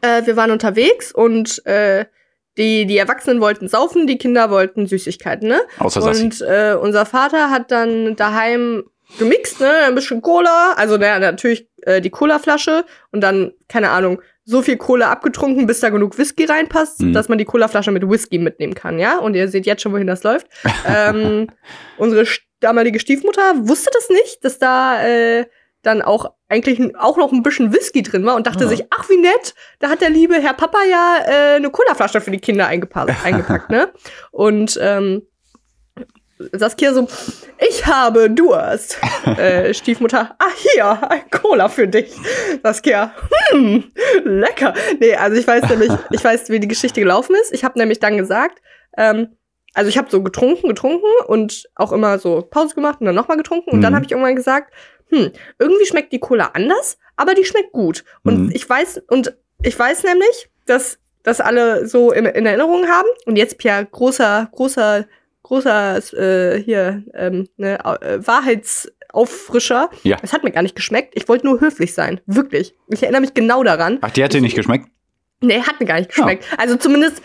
Speaker 2: Äh, wir waren unterwegs und äh, die, die Erwachsenen wollten saufen, die Kinder wollten Süßigkeiten, ne?
Speaker 1: Außer Sassi.
Speaker 2: Und äh, unser Vater hat dann daheim gemixt, ne? Ein bisschen Cola, also naja, natürlich äh, die Colaflasche und dann, keine Ahnung, so viel Cola abgetrunken, bis da genug Whisky reinpasst,
Speaker 1: Mhm.
Speaker 2: dass man die Colaflasche mit Whisky mitnehmen kann, ja? Und ihr seht jetzt schon, wohin das läuft. ähm, unsere st- damalige Stiefmutter wusste das nicht, dass da äh, dann auch eigentlich n- auch noch ein bisschen Whisky drin war und dachte
Speaker 1: Ah.
Speaker 2: sich, ach wie nett, da hat der liebe Herr Papa ja äh, eine Colaflasche für die Kinder eingepackt, eingepackt ne? Und ähm, Saskia so, ich habe Durst. äh, Stiefmutter, ah hier, ein Cola für dich. Saskia, hm, lecker. Nee, also ich weiß nämlich, ich weiß, wie die Geschichte gelaufen ist. Ich habe nämlich dann gesagt, ähm, also ich habe so getrunken, getrunken und auch immer so Pause gemacht und dann nochmal getrunken. Und dann
Speaker 1: Mhm.
Speaker 2: habe ich irgendwann gesagt, hm, irgendwie schmeckt die Cola anders, aber die schmeckt gut. Und
Speaker 1: Mhm.
Speaker 2: ich weiß, und ich weiß nämlich, dass das alle so in, in Erinnerung haben. Und jetzt, Pia, großer, großer, großer äh, hier ähm, ne, au- äh, Wahrheitsauffrischer.
Speaker 1: Ja.
Speaker 2: Es hat mir gar nicht geschmeckt. Ich wollte nur höflich sein. Wirklich. Ich erinnere mich genau daran.
Speaker 1: Ach, die hat dir nicht geschmeckt?
Speaker 2: Nee, hat mir gar nicht geschmeckt. Also zumindest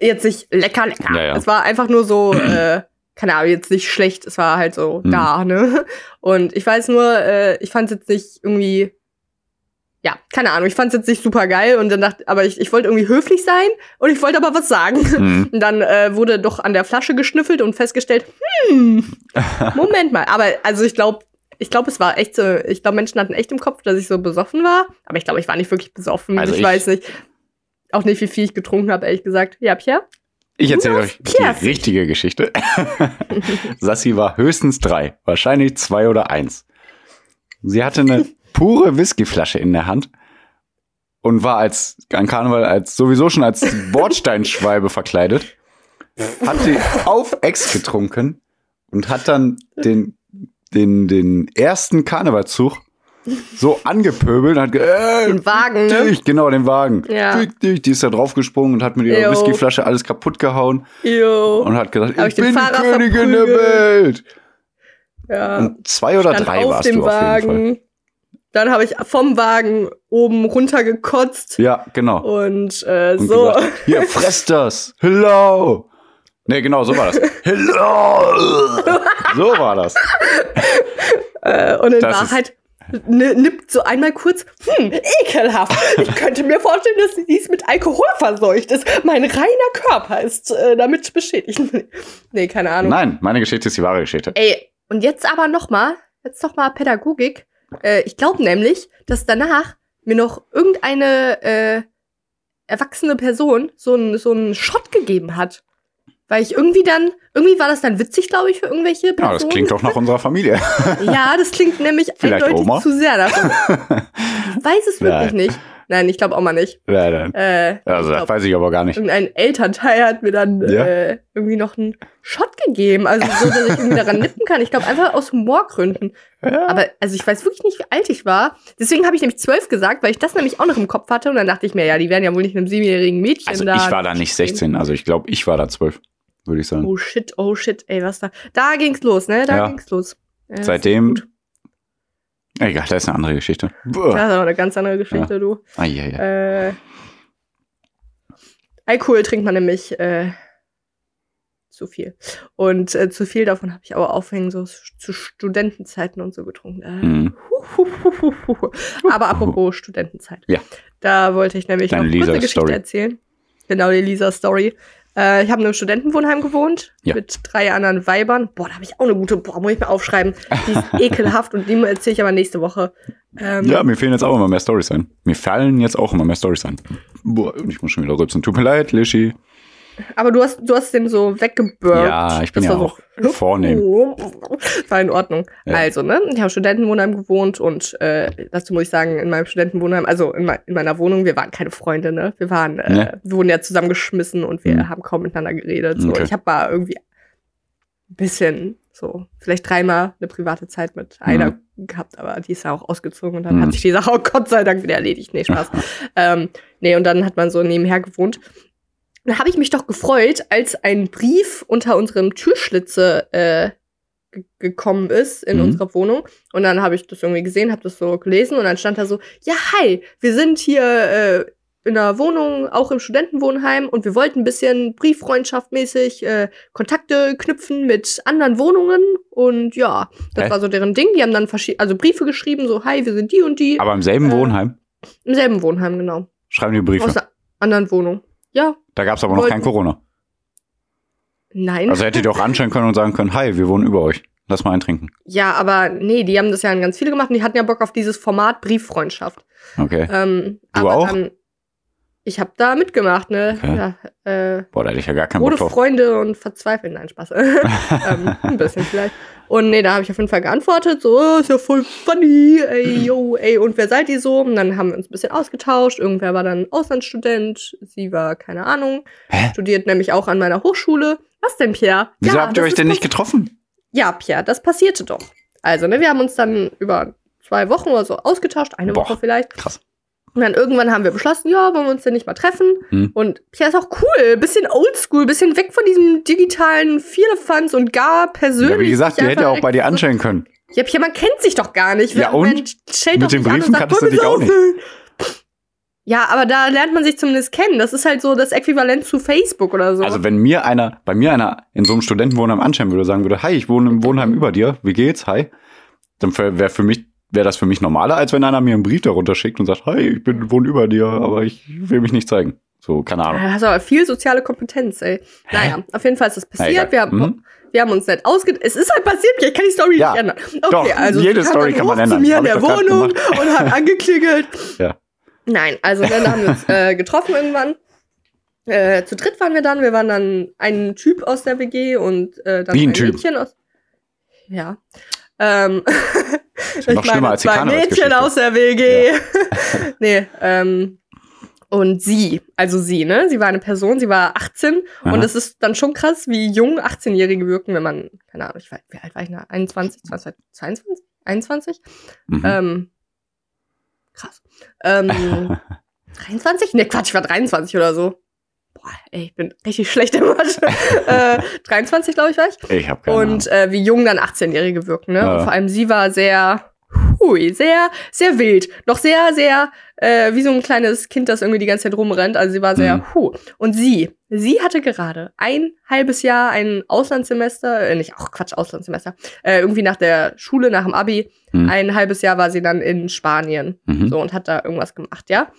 Speaker 2: jetzt nicht lecker, lecker.
Speaker 1: Ja, ja.
Speaker 2: Es war einfach nur so, äh, keine Ahnung, jetzt nicht schlecht. Es war halt so
Speaker 1: Mhm.
Speaker 2: da, ne? Und ich weiß nur, äh, ich fand es jetzt nicht irgendwie. Ja, keine Ahnung, ich fand es jetzt nicht super geil und dann dachte, aber ich, ich wollte irgendwie höflich sein und ich wollte aber was sagen.
Speaker 1: Mhm.
Speaker 2: Und dann äh, wurde doch an der Flasche geschnüffelt und festgestellt, hm, Moment mal. Aber also ich glaube, ich glaube, es war echt so, ich glaube, Menschen hatten echt im Kopf, dass ich so besoffen war. Aber ich glaube, ich war nicht wirklich besoffen.
Speaker 1: Also
Speaker 2: ich,
Speaker 1: ich-
Speaker 2: weiß nicht. Auch nicht, wie viel ich getrunken habe, ehrlich gesagt. Ja, Pierre?
Speaker 1: Ich erzähle
Speaker 2: Rudolf
Speaker 1: euch die
Speaker 2: Piercing.
Speaker 1: richtige Geschichte. Sassi war höchstens drei, wahrscheinlich zwei oder eins. Sie hatte eine pure Whiskyflasche in der Hand und war als an Karneval als sowieso schon als Bordsteinschwalbe verkleidet. Hat sie auf Ex getrunken und hat dann den, den, den ersten Karnevalszug so angepöbelt und hat ge äh,
Speaker 2: Den Wagen,
Speaker 1: Fick
Speaker 2: ne?
Speaker 1: dich, genau, den Wagen.
Speaker 2: Ja.
Speaker 1: Fick dich. Die ist da draufgesprungen und hat mit ihrer
Speaker 2: Jo.
Speaker 1: Whiskyflasche alles kaputt gehauen
Speaker 2: Jo.
Speaker 1: und hat gesagt,
Speaker 2: Hab
Speaker 1: ich
Speaker 2: ich den
Speaker 1: bin die
Speaker 2: Fahrer
Speaker 1: Königin der
Speaker 2: verprügelt.
Speaker 1: Welt.
Speaker 2: Ja.
Speaker 1: Und zwei oder
Speaker 2: Stand
Speaker 1: um drei
Speaker 2: auf
Speaker 1: warst
Speaker 2: dem
Speaker 1: du auf jeden Fall.
Speaker 2: Wagen. Dann habe ich vom Wagen oben runter gekotzt.
Speaker 1: Ja, genau.
Speaker 2: Und, äh,
Speaker 1: Und
Speaker 2: so.
Speaker 1: gesagt, hier, fress das. Hello. Ne, genau, so war das. Hello. So war das.
Speaker 2: Äh, und in
Speaker 1: Das ist-
Speaker 2: Wahrheit ni- nippt so einmal kurz, hm, ekelhaft. Ich könnte mir vorstellen, dass dies mit Alkohol verseucht ist. Mein reiner Körper ist äh, damit beschädigt. nee, keine Ahnung.
Speaker 1: Nein, meine Geschichte ist die wahre Geschichte.
Speaker 2: Ey, und jetzt aber nochmal, jetzt nochmal Pädagogik. Äh, ich glaube nämlich, dass danach mir noch irgendeine äh, erwachsene Person so einen so einen Shot gegeben hat. Weil ich irgendwie dann, irgendwie war das dann witzig, glaube ich, für irgendwelche
Speaker 1: Ja,
Speaker 2: Personen.
Speaker 1: das klingt auch nach unserer Familie.
Speaker 2: Ja, das klingt nämlich
Speaker 1: Vielleicht
Speaker 2: eindeutig
Speaker 1: Oma?
Speaker 2: zu sehr davon. Ich weiß es wirklich
Speaker 1: Nein.
Speaker 2: nicht. Nein, ich glaube Oma nicht.
Speaker 1: Nein, nein.
Speaker 2: Äh,
Speaker 1: Also,
Speaker 2: ich
Speaker 1: das
Speaker 2: glaub,
Speaker 1: weiß ich aber gar nicht.
Speaker 2: irgendein Elternteil hat mir dann
Speaker 1: Ja.
Speaker 2: äh, irgendwie noch einen Shot gegeben. Also so, dass ich irgendwie daran nippen kann. Ich glaube einfach aus Humorgründen.
Speaker 1: Ja.
Speaker 2: Aber also ich weiß wirklich nicht, wie alt ich war. Deswegen habe ich nämlich zwölf gesagt, weil ich das nämlich auch noch im Kopf hatte. Und dann dachte ich mir, ja, die werden ja wohl nicht einem siebenjährigen Mädchen
Speaker 1: Also,
Speaker 2: da.
Speaker 1: ich war da nicht 16. Also, ich glaube, ich war da 12, würde ich sagen.
Speaker 2: Oh shit, oh shit, ey, was da. Da ging's los, ne? Da
Speaker 1: Ja.
Speaker 2: ging's los. Ja, das Äh, ist
Speaker 1: Seitdem-
Speaker 2: gut.
Speaker 1: Egal, das ist eine andere Geschichte.
Speaker 2: Das
Speaker 1: Buh.
Speaker 2: ist aber eine ganz andere Geschichte, du.
Speaker 1: Ah, ja, ja.
Speaker 2: Äh, Alkohol trinkt man nämlich äh, zu viel. Und äh, zu viel davon habe ich aber aufhängen, so zu Studentenzeiten und so getrunken. Äh,
Speaker 1: Mhm.
Speaker 2: hu, hu, hu, hu, hu, hu. Aber apropos Studentenzeit.
Speaker 1: Ja.
Speaker 2: Da wollte ich nämlich
Speaker 1: Deine
Speaker 2: noch eine kurze Geschichte
Speaker 1: Lisa-Story.
Speaker 2: erzählen. Genau, die Lisa-Story. Äh, ich habe in einem Studentenwohnheim gewohnt
Speaker 1: Ja.
Speaker 2: mit drei anderen Weibern. Boah, da habe ich auch eine gute, boah, muss ich mir aufschreiben. Die ist ekelhaft und die erzähle ich aber nächste Woche. Ähm,
Speaker 1: Ja, mir fehlen jetzt auch immer mehr Stories ein. Mir fallen jetzt auch immer mehr Stories ein. Boah, und ich muss schon wieder rübsen. Tut mir leid, Lischi.
Speaker 2: Aber du hast, du hast den so weggebürgt.
Speaker 1: Ja, ich bin
Speaker 2: Das
Speaker 1: ja
Speaker 2: war
Speaker 1: auch vornehm.
Speaker 2: War in Ordnung.
Speaker 1: Ja.
Speaker 2: Also, ne? Ich habe Studentenwohnheim gewohnt und äh, dazu muss ich sagen, in meinem Studentenwohnheim, also in, mei- in meiner Wohnung, wir waren keine Freunde, ne? Wir waren, äh,
Speaker 1: Ja.
Speaker 2: wir wurden ja zusammengeschmissen und wir
Speaker 1: Mhm.
Speaker 2: haben kaum miteinander geredet. So.
Speaker 1: Okay.
Speaker 2: Ich habe mal irgendwie ein bisschen so, vielleicht dreimal eine private Zeit mit einer
Speaker 1: Hm.
Speaker 2: gehabt, aber die ist ja auch ausgezogen und dann
Speaker 1: Mhm.
Speaker 2: hat sich die Sache auch Gott sei Dank wieder erledigt. Nee, Spaß. ähm, nee, und dann hat man so nebenher gewohnt. Da habe ich mich doch gefreut, als ein Brief unter unserem Türschlitze äh, ge- gekommen ist in
Speaker 1: Mhm.
Speaker 2: unserer Wohnung. Und dann habe ich das irgendwie gesehen, habe das so gelesen und dann stand da so, ja, hi, wir sind hier äh, in einer Wohnung, auch im Studentenwohnheim und wir wollten ein bisschen brieffreundschaftmäßig äh, Kontakte knüpfen mit anderen Wohnungen und ja, das
Speaker 1: Hä?
Speaker 2: war so deren Ding. Die haben dann verschiedene, also Briefe geschrieben, so hi, wir sind die und die.
Speaker 1: Aber im selben
Speaker 2: Äh,
Speaker 1: Wohnheim
Speaker 2: Im selben Wohnheim, genau.
Speaker 1: schreiben die Briefe.
Speaker 2: Aus einer anderen Wohnung. Ja,
Speaker 1: Da gab es aber noch
Speaker 2: wollten-
Speaker 1: kein Corona.
Speaker 2: nein.
Speaker 1: Also hättet ihr auch anstellen können und sagen können, hi, wir wohnen über euch. Lass mal eintrinken.
Speaker 2: ja, aber nee, die haben das ja an ganz viele gemacht und die hatten ja Bock auf dieses Format Brieffreundschaft.
Speaker 1: Okay.
Speaker 2: Ähm,
Speaker 1: Du
Speaker 2: aber
Speaker 1: auch?
Speaker 2: dann, ich habe da mitgemacht, ne?
Speaker 1: Okay.
Speaker 2: Ja, äh,
Speaker 1: Boah, da hätte ich ja gar keinen
Speaker 2: Ohne
Speaker 1: Bock drauf.
Speaker 2: Freunde und verzweifeln, nein, Spaß. ähm, ein bisschen vielleicht. Und nee, da habe ich auf jeden Fall geantwortet, so, oh, ist ja voll funny, ey, yo, ey, und wer seid ihr so? Und dann haben wir uns ein bisschen ausgetauscht. Irgendwer war dann Auslandsstudent, sie war, keine Ahnung,
Speaker 1: Hä?
Speaker 2: studiert nämlich auch an meiner Hochschule. Was denn, Pierre?
Speaker 1: Wieso
Speaker 2: Ja,
Speaker 1: habt ihr
Speaker 2: das
Speaker 1: euch
Speaker 2: ist
Speaker 1: denn
Speaker 2: doch-
Speaker 1: nicht getroffen?
Speaker 2: Ja, Pierre, das passierte doch. Also, ne, wir haben uns dann über zwei Wochen oder so ausgetauscht, eine
Speaker 1: Boah,
Speaker 2: Woche vielleicht.
Speaker 1: krass.
Speaker 2: Und dann irgendwann haben wir beschlossen, ja, wollen wir uns denn nicht mal treffen?
Speaker 1: Hm.
Speaker 2: Und Pierre ist auch cool, bisschen oldschool, bisschen weg von diesem digitalen Firlefanz und gar persönlich.
Speaker 1: Ja, wie gesagt,
Speaker 2: sich
Speaker 1: ihr hättet ja
Speaker 2: einfach
Speaker 1: auch bei dir
Speaker 2: direkt so-
Speaker 1: anstellen können.
Speaker 2: Ja, Pierre, man kennt sich doch gar nicht.
Speaker 1: Ja,
Speaker 2: Wer-
Speaker 1: und?
Speaker 2: man stellt
Speaker 1: Mit
Speaker 2: doch
Speaker 1: den
Speaker 2: nicht an und
Speaker 1: Briefen
Speaker 2: sagt,
Speaker 1: kanntest du
Speaker 2: wollen wir
Speaker 1: dich auch nicht.
Speaker 2: saufen? Ja, aber da lernt man sich zumindest kennen. Das ist halt so das Äquivalent zu Facebook oder so.
Speaker 1: Also wenn mir einer, bei mir einer in so einem Studentenwohnheim anstellen würde, sagen würde, hi, ich wohne im Wohnheim über dir, wie geht's, hi, dann wäre für mich, wäre das für mich normaler, als wenn einer mir einen Brief darunter schickt und sagt, hi, ich bin, wohne über dir, aber ich will mich nicht zeigen. So, keine Ahnung.
Speaker 2: Da Äh, hast du aber viel soziale Kompetenz, ey. Naja, auf jeden Fall ist das
Speaker 1: Na,
Speaker 2: passiert.
Speaker 1: egal.
Speaker 2: wir, haben,
Speaker 1: Mhm.
Speaker 2: wir haben uns nett ausge... Es ist halt passiert, ich kann die Story
Speaker 1: Ja,
Speaker 2: nicht ändern. Okay,
Speaker 1: doch,
Speaker 2: also
Speaker 1: jede
Speaker 2: sie kam
Speaker 1: Story
Speaker 2: dann
Speaker 1: kann man
Speaker 2: hoch
Speaker 1: ändern.
Speaker 2: zu mir in
Speaker 1: Hab ich
Speaker 2: der
Speaker 1: doch grad
Speaker 2: Wohnung und hat angeklingelt.
Speaker 1: Ja.
Speaker 2: Nein, also dann haben wir uns äh, getroffen irgendwann. Äh, zu dritt waren wir dann. Wir waren dann ein Typ aus der WG und äh, dann
Speaker 1: Wie ein
Speaker 2: ein
Speaker 1: Typ?
Speaker 2: Mädchen aus... Ja. Ähm,
Speaker 1: Ist ja noch schlimmer als die
Speaker 2: zwei Mädchen
Speaker 1: Karnevalsgeschichte.
Speaker 2: aus der WG. nee, ähm, und sie, also sie, ne? Sie war eine Person, sie war 18
Speaker 1: Aha.
Speaker 2: und es ist dann schon krass, wie jung 18-Jährige wirken, wenn man, keine Ahnung, ich weiß, wie alt war ich da? 21, 20, 22, 21?
Speaker 1: Mhm.
Speaker 2: Ähm, krass. Ähm, 23? Ne, Quatsch, ich war 23 oder so. Boah, ey, ich bin richtig schlecht im Mathe. äh, 23, glaube ich, war ich.
Speaker 1: Ich habe keine Ahnung.
Speaker 2: Und äh, wie jung dann 18-Jährige wirken, ne?
Speaker 1: Genau. Ja.
Speaker 2: Und vor allem sie war sehr, hui, sehr, sehr wild. Noch sehr, sehr, äh, wie so ein kleines Kind, das irgendwie die ganze Zeit rumrennt. Also sie war sehr,
Speaker 1: Mhm.
Speaker 2: hu. Und sie, sie hatte gerade ein halbes Jahr ein Auslandssemester, äh, nicht, ach Quatsch, Auslandssemester, äh, irgendwie nach der Schule, nach dem Abi.
Speaker 1: Mhm.
Speaker 2: Ein halbes Jahr war sie dann in Spanien.
Speaker 1: Mhm.
Speaker 2: So, und hat da irgendwas gemacht, ja?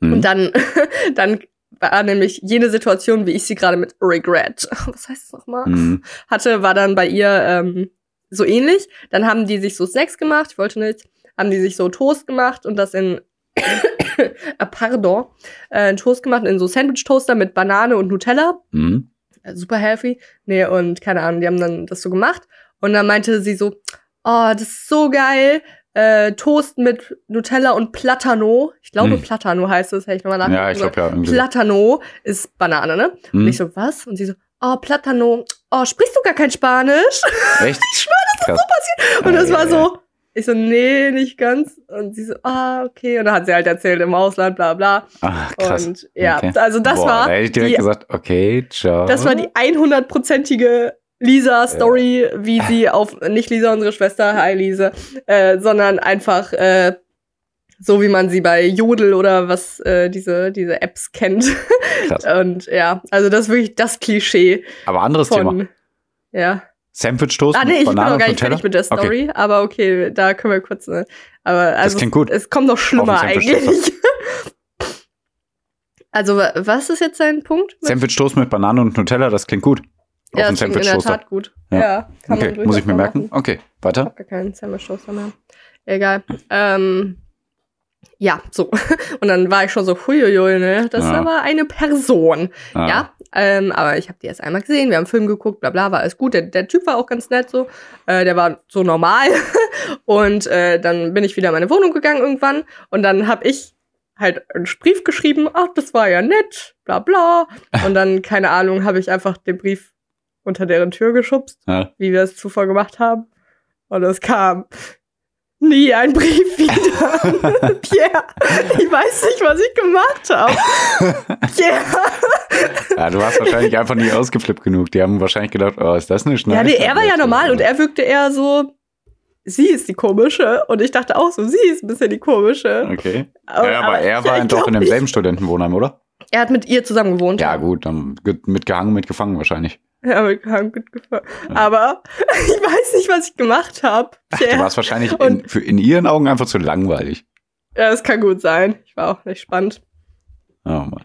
Speaker 1: Mhm.
Speaker 2: Und dann, dann war nämlich jene Situation, wie ich sie gerade mit Regret, was heißt das nochmal?
Speaker 1: Mhm.
Speaker 2: hatte, war dann bei ihr ähm, so ähnlich. Dann haben die sich so Snacks gemacht, ich wollte nicht, haben die sich so Toast gemacht und das in ah, pardon, äh, einen Toast gemacht in so Sandwich-Toaster mit Banane und Nutella.
Speaker 1: Mhm.
Speaker 2: Äh, super healthy. Nee, und keine Ahnung, die haben dann das so gemacht. Und dann meinte sie so, oh, das ist so geil. Äh, Toast mit Nutella und Platano. Ich glaube,
Speaker 1: Hm.
Speaker 2: Platano heißt es, hätte ich nochmal nachgeguckt.
Speaker 1: Ja, ich glaube ja. irgendwie.
Speaker 2: Platano ist Banane, ne?
Speaker 1: Mhm.
Speaker 2: Und ich so, was? Und sie so, oh, Platano, oh, sprichst du gar kein Spanisch?
Speaker 1: Mhm, Echt? Ich schwöre, das ist so passiert.
Speaker 2: Und das war so, ich so, nee, nicht ganz. Und sie so, ah, okay. Und dann hat sie halt erzählt, im Ausland, bla bla.
Speaker 1: Ach, krass.
Speaker 2: Und ja,
Speaker 1: Okay.
Speaker 2: also das
Speaker 1: Boah,
Speaker 2: war
Speaker 1: Da hätte ich direkt
Speaker 2: die-
Speaker 1: gesagt, okay, ciao.
Speaker 2: das war die 100-prozentige Lisa-Story, wie sie auf, nicht Lisa, unsere Schwester, hi Lise, äh, sondern einfach äh, so, wie man sie bei Jodel oder was äh, diese, diese Apps kennt.
Speaker 1: Krass.
Speaker 2: Und ja, also das ist wirklich das Klischee
Speaker 1: Aber anderes Thema.
Speaker 2: von. Ja.
Speaker 1: Sandwich-Toast
Speaker 2: Ah, nee, ich
Speaker 1: mit
Speaker 2: bin
Speaker 1: Banane
Speaker 2: noch gar
Speaker 1: und
Speaker 2: nicht
Speaker 1: Nutella?
Speaker 2: fertig mit der Story, aber okay, da können wir kurz. Ne? Aber also,
Speaker 1: klingt gut.
Speaker 2: Es, es kommt noch schlimmer
Speaker 1: Auf den Sandwich
Speaker 2: eigentlich. also, wa- was ist jetzt dein Punkt? mit-
Speaker 1: Sandwich-Toast mit Banane und Nutella, das klingt gut.
Speaker 2: ja,
Speaker 1: Auf dem
Speaker 2: das klingt in der
Speaker 1: Sandwich-Toaster.
Speaker 2: Tat gut.
Speaker 1: Ja.
Speaker 2: Ja, kann man
Speaker 1: Okay,
Speaker 2: durchaus
Speaker 1: muss ich mir
Speaker 2: mal
Speaker 1: merken.
Speaker 2: machen.
Speaker 1: Okay,
Speaker 2: Ich
Speaker 1: weiter.
Speaker 2: hab gar keinen Sandwich-Toaster mehr. Egal. Ähm, ja, so. Und dann war ich schon so, huiuiui, ne? Das
Speaker 1: Ja.
Speaker 2: war aber eine Person.
Speaker 1: Ah,
Speaker 2: Ja, ähm, aber ich habe die erst einmal gesehen, wir haben einen Film geguckt, bla bla, war alles gut. Der, der Typ war auch ganz nett so, äh, der war so normal. und äh, dann bin ich wieder in meine Wohnung gegangen irgendwann und dann habe ich halt einen Brief geschrieben, ach, das war ja nett, bla bla. Und dann, keine Ahnung, habe ich einfach den Brief unter deren Tür geschubst,
Speaker 1: Ja.
Speaker 2: wie wir es zuvor gemacht haben. Und es kam nie ein Brief wieder. Pierre, ich weiß nicht, was ich gemacht habe. Pierre.
Speaker 1: ja, du warst wahrscheinlich einfach nicht ausgeflippt genug. Die haben wahrscheinlich gedacht, oh, ist das eine
Speaker 2: Ja,
Speaker 1: Schneide?
Speaker 2: nee, er war ja normal und er wirkte eher so, sie ist die komische. Und ich dachte auch so, sie ist ein bisschen die komische.
Speaker 1: Okay.
Speaker 2: Oh,
Speaker 1: Aber, ja, aber, aber er war doch in demselben Studentenwohnheim, oder?
Speaker 2: Er hat mit ihr zusammen gewohnt.
Speaker 1: Ja, gut, dann mitgehangen, mitgefangen wahrscheinlich.
Speaker 2: Ja, mitgehangen, mitgefangen. Ja. Aber ich weiß nicht, was ich gemacht habe.
Speaker 1: Du warst wahrscheinlich in, für, in ihren Augen einfach zu langweilig.
Speaker 2: Ja, das kann gut sein. Ich war auch nicht spannend.
Speaker 1: Oh Mann.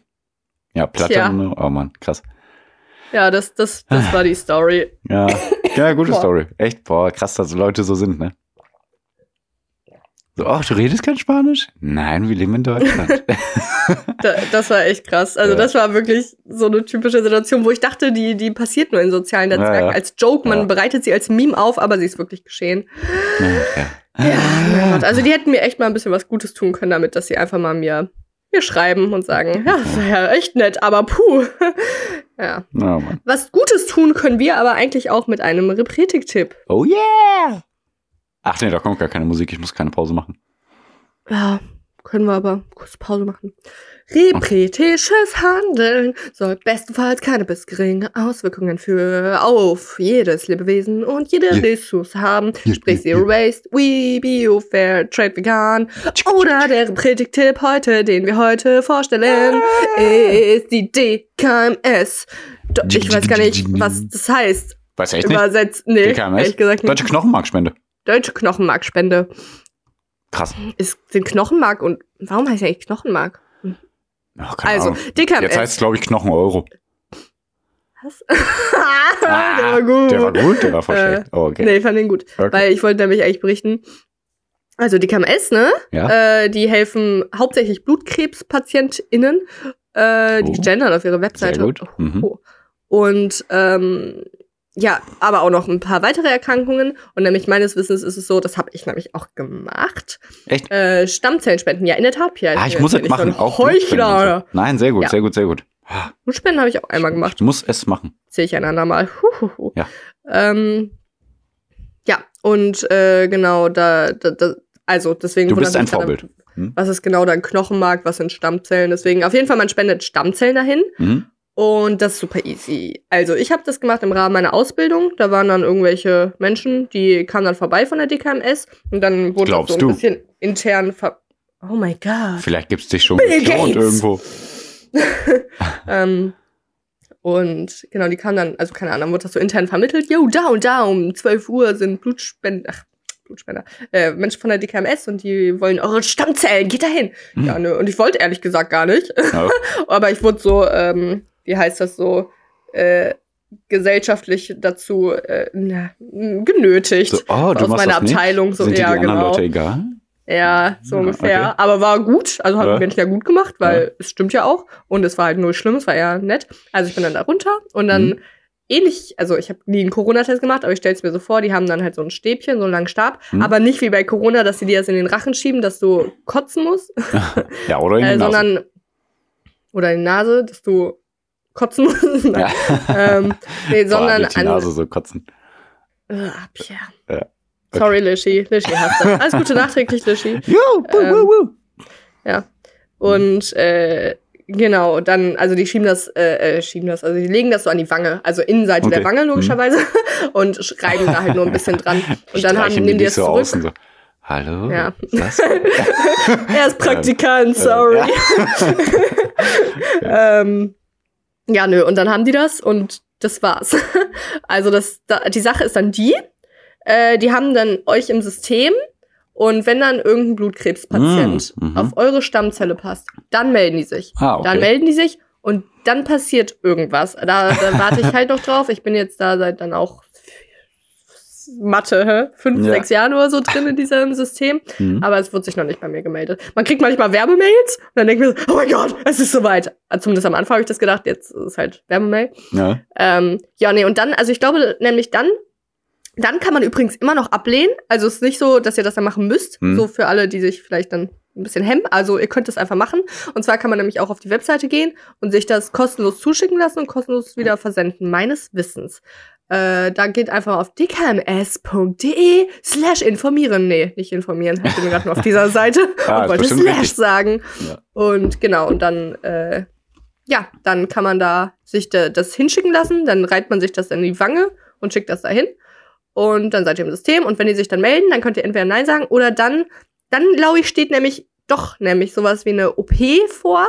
Speaker 1: Ja, Platte. Tja. Oh Mann, krass.
Speaker 2: Ja, das, das, das war die Story.
Speaker 1: Ja, ja gute boah. Story. Echt, boah, krass, dass Leute so sind, ne? So, ach, du redest kein Spanisch? Nein, wir leben in Deutschland.
Speaker 2: das war echt krass. Also, ja. das war wirklich so eine typische Situation, wo ich dachte, die, die passiert nur in sozialen Netzwerken. Ja, ja. Als Joke, man bereitet sie als Meme auf, aber sie ist wirklich geschehen. Ja, also die hätten mir echt mal ein bisschen was Gutes tun können, damit dass sie einfach mal mir, mir schreiben und sagen, ja, das wäre ja echt nett, aber puh. ja. Oh, was Gutes tun können wir aber eigentlich auch mit einem Repretik-Tipp.
Speaker 1: Oh yeah! Ach nee, da kommt gar keine Musik, ich muss keine Pause machen.
Speaker 2: Ja, können wir aber kurze Pause machen. Repretisches Handeln soll bestenfalls keine bis geringe Auswirkungen für auf jedes Lebewesen und jede yeah. Ressource haben. Yeah, Sprich
Speaker 1: Hm,
Speaker 2: Zero yeah, Waste, We Bio Fair Trade Vegan oder der Predigtipp heute, den wir heute vorstellen,
Speaker 1: Ah.
Speaker 2: ist die DKMS. Ich weiß gar nicht, was das heißt.
Speaker 1: Weiß echt nicht. Übersetzt, nee, DKMS? Ehrlich gesagt nicht. Deutsche Knochenmarkspende.
Speaker 2: Deutsche Knochenmarkspende.
Speaker 1: Krass.
Speaker 2: Ist, sind Knochenmark und warum heißt er eigentlich Knochenmark?
Speaker 1: Ach, also, Ahnung. DKMS. Jetzt heißt es, glaube ich, Knochen-Euro.
Speaker 2: Was? ah, der war gut.
Speaker 1: Der war gut, der war voll äh, schlecht. Oh, okay.
Speaker 2: Nee, ich fand den gut. Okay. Weil ich wollte nämlich eigentlich berichten. Also DKMS, ne? Ja. Äh, die helfen hauptsächlich BlutkrebspatientInnen. Äh, die oh. gendern auf ihre Webseite. Sehr gut. Mhm. Oh. Und ähm, ja, aber auch noch ein paar weitere Erkrankungen. Und nämlich meines Wissens ist es so, das habe ich nämlich auch gemacht.
Speaker 1: Echt?
Speaker 2: Äh, Stammzellenspenden, ja, in der Tat, ja.
Speaker 1: Ah, ich muss jetzt machen. Auch
Speaker 2: Heuchler.
Speaker 1: Nein, sehr gut, ja. sehr gut, sehr gut. Ah,
Speaker 2: Blutspenden habe ich auch einmal gemacht.
Speaker 1: Ich muss es machen.
Speaker 2: Sehe ich einander mal. Huhuhu.
Speaker 1: Ja.
Speaker 2: Ähm, ja, und äh, genau, da, da, da, also deswegen.
Speaker 1: Du bist ein Vorbild. Hm?
Speaker 2: Dann, was ist genau dein Knochenmark, was sind Stammzellen? Deswegen, auf jeden Fall, man spendet Stammzellen dahin. Mhm. Und das ist super easy. Also ich habe das gemacht im Rahmen meiner Ausbildung. Da waren dann irgendwelche Menschen, die kamen dann vorbei von der DKMS und dann wurde
Speaker 1: Glaubst
Speaker 2: so ein
Speaker 1: du?
Speaker 2: bisschen intern ver... Oh mein Gott.
Speaker 1: Vielleicht gibt's dich schon geklont irgendwo.
Speaker 2: ähm, und genau, die kamen dann, also keine Ahnung, wurde das so intern vermittelt. Yo, da und da um 12 Uhr sind Blutspender, ach, Blutspender, äh, Menschen von der DKMS und die wollen eure Stammzellen, geht dahin. Hm. Ja, nö. Und ich wollte ehrlich gesagt gar nicht. Ja. Aber ich wurde so, ähm, wie heißt das so, äh, gesellschaftlich dazu äh, na, genötigt.
Speaker 1: So, oh, du
Speaker 2: aus meiner
Speaker 1: das
Speaker 2: Abteilung
Speaker 1: nicht?
Speaker 2: so
Speaker 1: Sind
Speaker 2: ja,
Speaker 1: die anderen
Speaker 2: genau.
Speaker 1: Leute egal?
Speaker 2: Ja, so Hm. ja, ungefähr. Okay. Aber war gut, also hat ja. Menschen ja gut gemacht, weil ja. es stimmt ja auch. Und es war halt null schlimm, es war ja nett. Also ich bin dann da runter und dann mhm. ähnlich, also ich habe nie einen Corona-Test gemacht, aber ich stell's mir so vor, die haben dann halt so ein Stäbchen, so einen langen Stab, mhm. aber nicht wie bei Corona, dass sie dir das in den Rachen schieben, dass du kotzen musst.
Speaker 1: ja, oder in die
Speaker 2: äh, Nase. Sondern, oder in die Nase, dass du kotzen muss. Ja. ähm, nee, sondern
Speaker 1: Boah, die Nase so kotzen.
Speaker 2: Ugh, Pierre. Ja. Okay. Sorry, Lishi. Lishi hast du. Alles Gute nachträglich, Lishi.
Speaker 1: Jo, woo,
Speaker 2: Ähm,
Speaker 1: woo, woo.
Speaker 2: Ja. Und äh, genau, dann, also die schieben das, äh, schieben das, also die legen das so an die Wange, also Innenseite okay. der Wange logischerweise mhm. und schreiben da halt nur ein bisschen dran. Und dann haben, nehmen die es
Speaker 1: so
Speaker 2: zurück.
Speaker 1: Außen so. Hallo? äh,
Speaker 2: Ja. er ist Praktikant, sorry. ähm, ja, nö, und dann haben die das und das war's. also das, da, die Sache ist dann die, äh, die haben dann euch im System und wenn dann irgendein Blutkrebspatient mm, mm -hmm. auf eure Stammzelle passt, dann melden die sich.
Speaker 1: Ah, okay.
Speaker 2: Dann melden die sich und dann passiert irgendwas. Da, da warte ich halt noch drauf. Ich bin jetzt da seit dann auch Mathe, hä? fünf, ja. sechs Jahren oder so drin in diesem System.
Speaker 1: Hm,
Speaker 2: Mhm. Aber es wird sich noch nicht bei mir gemeldet. Man kriegt manchmal Werbemails und dann denkt man so, oh mein Gott, es ist soweit. Also Zumindest am Anfang habe ich das gedacht, jetzt ist es halt Werbemail.
Speaker 1: Ja. Ah,
Speaker 2: Ähm, ja, nee, und dann, also ich glaube nämlich dann, dann kann man übrigens immer noch ablehnen. Also es ist nicht so, dass ihr das dann machen müsst. Mhm. So für alle, die sich vielleicht dann ein bisschen hemmen. Also ihr könnt das einfach machen. Und zwar kann man nämlich auch auf die Webseite gehen und sich das kostenlos zuschicken lassen und kostenlos wieder versenden, meines Wissens. Äh, da geht einfach auf dkms.de slash informieren. Nee, nicht informieren. Ich bin gerade nur auf dieser Seite
Speaker 1: ah,
Speaker 2: und wollte slash richtig. sagen. Ja. Und genau, und dann, äh, ja, dann kann man da sich da, das hinschicken lassen. Dann reibt man sich das in die Wange und schickt das dahin. und dann seid ihr im System. Und wenn die sich dann melden, dann könnt ihr entweder Nein sagen oder dann, dann glaube ich, steht nämlich doch nämlich sowas wie eine OP vor,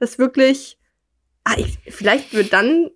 Speaker 2: das wirklich, ah, ich, vielleicht wird dann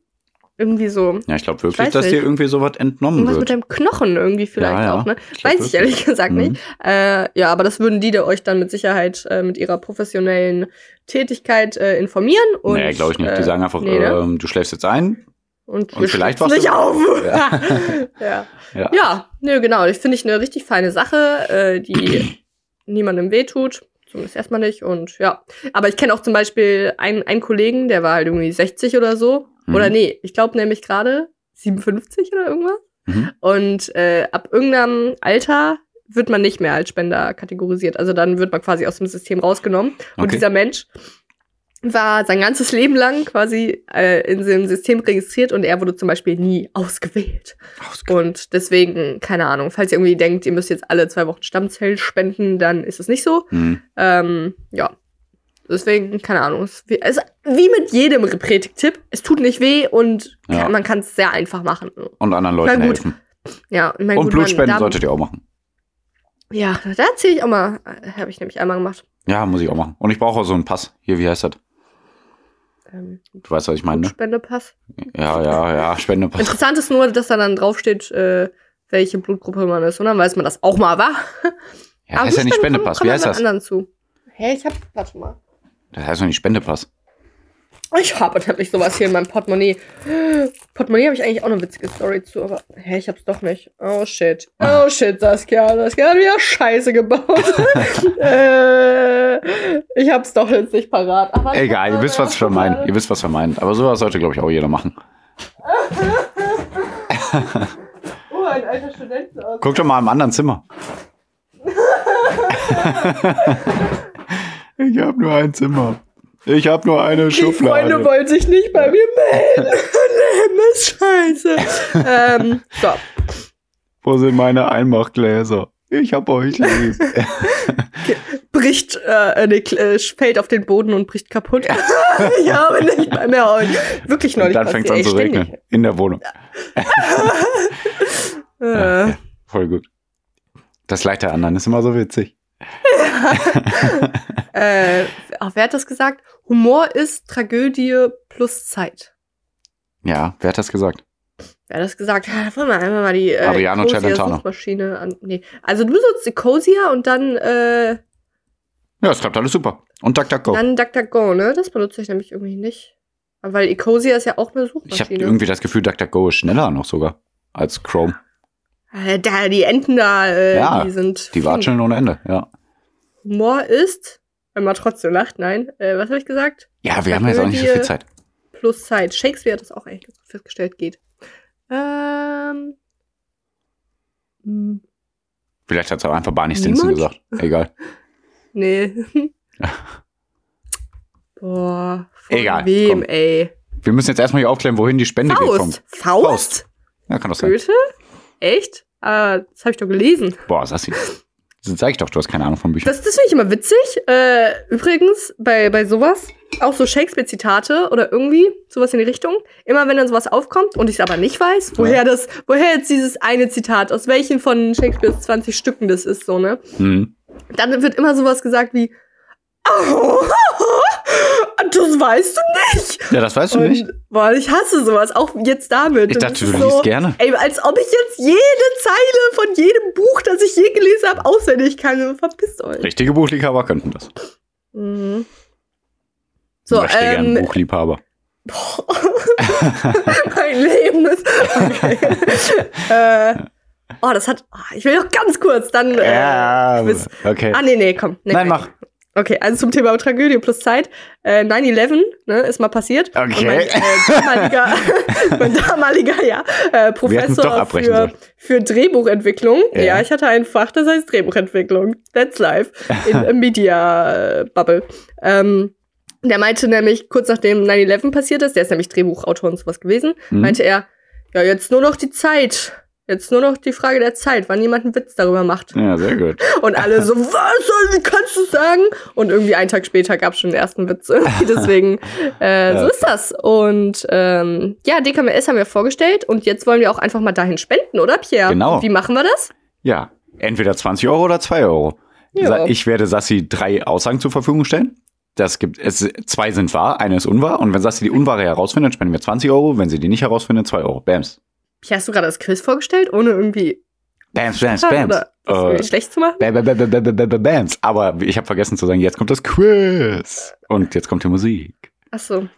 Speaker 2: irgendwie so
Speaker 1: Ja, ich glaube
Speaker 2: Ich
Speaker 1: wirklich,
Speaker 2: weiß
Speaker 1: dass dir
Speaker 2: nicht.
Speaker 1: irgendwie sowas entnommen
Speaker 2: irgendwas mit
Speaker 1: Hm, wird.
Speaker 2: deinem Knochen irgendwie vielleicht
Speaker 1: Ja, ja.
Speaker 2: auch, ne?
Speaker 1: Ich glaub
Speaker 2: Weiß ich
Speaker 1: wirklich.
Speaker 2: ehrlich gesagt
Speaker 1: Mhm.
Speaker 2: nicht. Äh, ja, aber das würden die da euch dann mit Sicherheit äh, mit ihrer professionellen Tätigkeit äh, informieren. Und,
Speaker 1: nee, glaube ich nicht. Die sagen einfach,
Speaker 2: nee, ne?
Speaker 1: ähm, du schläfst jetzt ein.
Speaker 2: und,
Speaker 1: und vielleicht
Speaker 2: wachst nicht auf.
Speaker 1: wachst du-
Speaker 2: Ja, ja.
Speaker 1: Ja.
Speaker 2: nö, genau. Das finde ich eine richtig feine Sache, äh, die niemandem wehtut. Zumindest erstmal nicht. Und ja. Aber ich kenne auch zum Beispiel einen, einen Kollegen, der war halt irgendwie 60 oder so.
Speaker 1: Mhm.
Speaker 2: Oder nee, ich glaube nämlich gerade 57 oder irgendwas.
Speaker 1: Mhm.
Speaker 2: Und äh, ab irgendeinem Alter wird man nicht mehr als Spender kategorisiert. Also dann wird man quasi aus dem System rausgenommen. Und
Speaker 1: Okay.
Speaker 2: dieser Mensch war sein ganzes Leben lang quasi äh, in dem System registriert und er wurde zum Beispiel nie ausgewählt.
Speaker 1: Ausge-
Speaker 2: Und deswegen, keine Ahnung, falls ihr irgendwie denkt, ihr müsst jetzt alle zwei Wochen Stammzellen spenden, dann ist es nicht so.
Speaker 1: Mhm.
Speaker 2: Ähm, ja. Deswegen, keine Ahnung. Es ist wie, es ist wie mit jedem Repretik-Tipp. Es tut nicht weh und
Speaker 1: Ja.
Speaker 2: kann, man kann es sehr einfach machen.
Speaker 1: Und anderen Leuten
Speaker 2: Na gut.
Speaker 1: helfen.
Speaker 2: Ja, ich mein,
Speaker 1: Und
Speaker 2: gut,
Speaker 1: Blutspenden
Speaker 2: man, da,
Speaker 1: solltet ihr auch machen.
Speaker 2: Ja, da erzähle ich auch mal. äh, Habe ich nämlich einmal gemacht.
Speaker 1: Ja, muss ich auch machen. Und ich brauche auch so einen Pass. Hier, wie heißt das?
Speaker 2: Ähm,
Speaker 1: Du weißt, was ich meine, ne?
Speaker 2: Blutspendepass.
Speaker 1: Ja, ja, ja, Spendepass.
Speaker 2: Interessant ist nur, dass da dann draufsteht, äh, welche Blutgruppe man ist. Und dann weiß man das auch mal, wa?
Speaker 1: Ja, das heißt ja nicht Spendepass. Wie heißt das?
Speaker 2: anderen zu. Hä, ich hab, warte mal.
Speaker 1: Das heißt doch nicht Spendepass.
Speaker 2: Ich habe nämlich sowas hier in meinem Portemonnaie. Portemonnaie habe ich eigentlich auch eine witzige Story zu, aber hä, ich hab's doch nicht. Oh shit. Oh shit, Saskia. Saskia hat wieder Scheiße gebaut. äh, ich hab's doch jetzt nicht parat. Aber ich
Speaker 1: Egal,
Speaker 2: hab-
Speaker 1: ihr wisst, was ich vermeint. Ihr wisst, was ich vermeint. Aber sowas sollte, glaube ich, auch jeder machen.
Speaker 2: Oh, ein alter Student aus.
Speaker 1: Guck doch mal im anderen Zimmer. ich habe nur ein Zimmer. Ich habe nur eine
Speaker 2: Die Freunde
Speaker 1: Schublade.
Speaker 2: wollen sich nicht bei mir melden. Leben ist scheiße. ähm, so.
Speaker 1: Wo sind meine Einmachgläser? Ich hab euch lieb.
Speaker 2: Bricht, äh, nee, kl- äh, fällt auf den Boden und bricht kaputt. ich habe nicht bei mir heute. Wirklich
Speaker 1: Und
Speaker 2: neulich.
Speaker 1: dann fängt es an zu
Speaker 2: passiert, ey,
Speaker 1: regnen. In der Wohnung.
Speaker 2: ständig. Äh,
Speaker 1: Voll gut. Das Leid der anderen ist immer so witzig.
Speaker 2: äh, ach, wer hat das gesagt? Humor ist Tragödie plus Zeit.
Speaker 1: Ja, wer hat das gesagt?
Speaker 2: Wer hat das gesagt? Ja, Da wollen wir einfach mal die äh,
Speaker 1: Adriano
Speaker 2: Ecosia
Speaker 1: Celentano.
Speaker 2: Suchmaschine an. Nee. Also du sollst Ecosia und dann äh,
Speaker 1: Ja, es klappt alles super. Und DuckDuckGo.
Speaker 2: Dann DuckDuckGo, ne? Das benutze ich nämlich irgendwie nicht. Aber Weil Ecosia ist ja auch eine
Speaker 1: Ich habe
Speaker 2: Suchmaschine.
Speaker 1: irgendwie das Gefühl, DuckDuckGo ist schneller noch sogar als Chrome.
Speaker 2: Äh, da, die Enten da, äh,
Speaker 1: Ja,
Speaker 2: die sind.
Speaker 1: Die
Speaker 2: flink.
Speaker 1: watscheln ohne Ende, ja.
Speaker 2: Humor ist, wenn man trotzdem lacht, nein. Äh, was habe ich gesagt?
Speaker 1: Ja, wir haben jetzt auch nicht so viel Zeit.
Speaker 2: Plus Zeit. Shakespeare hat das auch eigentlich ganz gut festgestellt, geht. Ähm. hm,
Speaker 1: Vielleicht hat es auch einfach Barney Stinson
Speaker 2: Niemand?
Speaker 1: gesagt. Egal.
Speaker 2: Nee. Boah, von
Speaker 1: Egal,
Speaker 2: wem,
Speaker 1: komm.
Speaker 2: ey?
Speaker 1: Wir müssen jetzt erstmal hier aufklären, wohin die Spende geht. Vom
Speaker 2: Faust. Faust?
Speaker 1: ja, kann doch sein.
Speaker 2: Goethe? Echt? Ah, das habe ich doch gelesen.
Speaker 1: Boah, Sassi. Das zeig ich doch, du hast keine Ahnung von Büchern.
Speaker 2: Das, das finde ich immer witzig. Äh, übrigens, bei, bei sowas, auch so Shakespeare-Zitate oder irgendwie sowas in die Richtung, immer wenn dann sowas aufkommt und ich es aber nicht weiß, woher
Speaker 1: Ja.
Speaker 2: das, woher jetzt dieses eine Zitat, aus welchen von Shakespeares 20 Stücken das ist, so, ne?
Speaker 1: Mhm.
Speaker 2: Dann wird immer sowas gesagt wie, oh, das weißt du nicht.
Speaker 1: Ja, das weißt du
Speaker 2: und,
Speaker 1: nicht.
Speaker 2: Boah, ich hasse sowas, auch jetzt damit.
Speaker 1: Ich
Speaker 2: Und
Speaker 1: dachte,
Speaker 2: das
Speaker 1: du
Speaker 2: ist
Speaker 1: liest gerne.
Speaker 2: Ey, als ob ich jetzt jede Zeile von jedem Buch, das ich je gelesen habe, auswendig kann. Verpisst euch.
Speaker 1: Richtige Buchliebhaber könnten das.
Speaker 2: Mhm. So,
Speaker 1: Möchte gern
Speaker 2: ähm,
Speaker 1: Buchliebhaber.
Speaker 2: mein Leben ist. Okay. äh, oh, das hat. ah, ich will noch ganz kurz, dann. Äh,
Speaker 1: Ja,
Speaker 2: Quiz.
Speaker 1: okay.
Speaker 2: Ah, nee, nee, komm. Nee,
Speaker 1: Nein, mach.
Speaker 2: Okay, also zum Thema Tragödie plus Zeit. Äh, 9-11 ne, ist mal passiert.
Speaker 1: Okay.
Speaker 2: Und mein, äh, damaliger, mein damaliger ja, äh,
Speaker 1: hätten's doch
Speaker 2: Professor
Speaker 1: abbrechen
Speaker 2: für,
Speaker 1: sollen.
Speaker 2: für Drehbuchentwicklung.
Speaker 1: Ja.
Speaker 2: Ja. ich hatte ein Fach, das heißt Drehbuchentwicklung. That's life. In a Media äh, Bubble. Ähm, der meinte nämlich, kurz nachdem 9-11 passiert ist, der ist nämlich Drehbuchautor und sowas gewesen,
Speaker 1: Mhm.
Speaker 2: meinte er, ja, jetzt nur noch die Zeit. Jetzt nur noch die Frage der Zeit, wann jemand einen Witz darüber macht.
Speaker 1: Ja, sehr gut.
Speaker 2: Und alle so, was, wie kannst du sagen? Und irgendwie einen Tag später gab es schon den ersten Witz. Irgendwie. Deswegen, äh, so ist das. Und ähm, ja, DKMS haben wir vorgestellt und jetzt wollen wir auch einfach mal dahin spenden, oder Pierre?
Speaker 1: Genau.
Speaker 2: Wie machen wir das?
Speaker 1: Ja, entweder 20 Euro oder 2 Euro.
Speaker 2: Ja.
Speaker 1: Ich werde Sassi drei Aussagen zur Verfügung stellen. Das gibt, es, zwei sind wahr, eine ist unwahr. Und wenn Sassi die Unwahre herausfindet, spenden wir 20 Euro. Wenn sie die nicht herausfindet, 2 Euro. Bams.
Speaker 2: Pierre, hast du gerade das Quiz vorgestellt, ohne irgendwie
Speaker 1: Bams, bams, bams.
Speaker 2: oder das irgendwie
Speaker 1: Äh,
Speaker 2: schlecht zu machen?
Speaker 1: Bam, bam, bam, bam, bam, bam, bam, Bams. Aber ich habe vergessen zu sagen, jetzt kommt das Quiz. Und jetzt kommt die Musik.
Speaker 2: Ach so.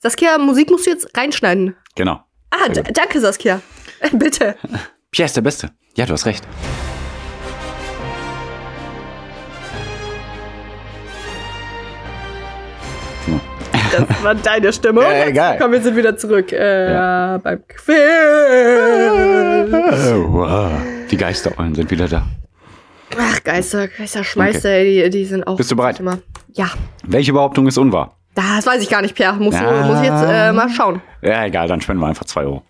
Speaker 2: Saskia, Musik musst du jetzt reinschneiden.
Speaker 1: Genau.
Speaker 2: Ah, d- danke, Saskia. Bitte.
Speaker 1: Pierre ist der Beste. Ja, du hast recht.
Speaker 2: Das war deine Stimme.
Speaker 1: Ja, egal.
Speaker 2: Komm, wir sind wieder zurück äh, beim Äh, Quiz.
Speaker 1: Äh, Wow. Die Geisterollen sind wieder da.
Speaker 2: Ach, Geister, Geister, Schmeißer, ey, die, die sind auch.
Speaker 1: Bist du bereit?
Speaker 2: Immer. Ja,
Speaker 1: Welche Behauptung ist unwahr?
Speaker 2: das weiß ich gar nicht, Pierre. Muss,
Speaker 1: Ja.
Speaker 2: muss ich jetzt äh, mal schauen.
Speaker 1: Ja, egal, dann spenden wir einfach 2 Euro.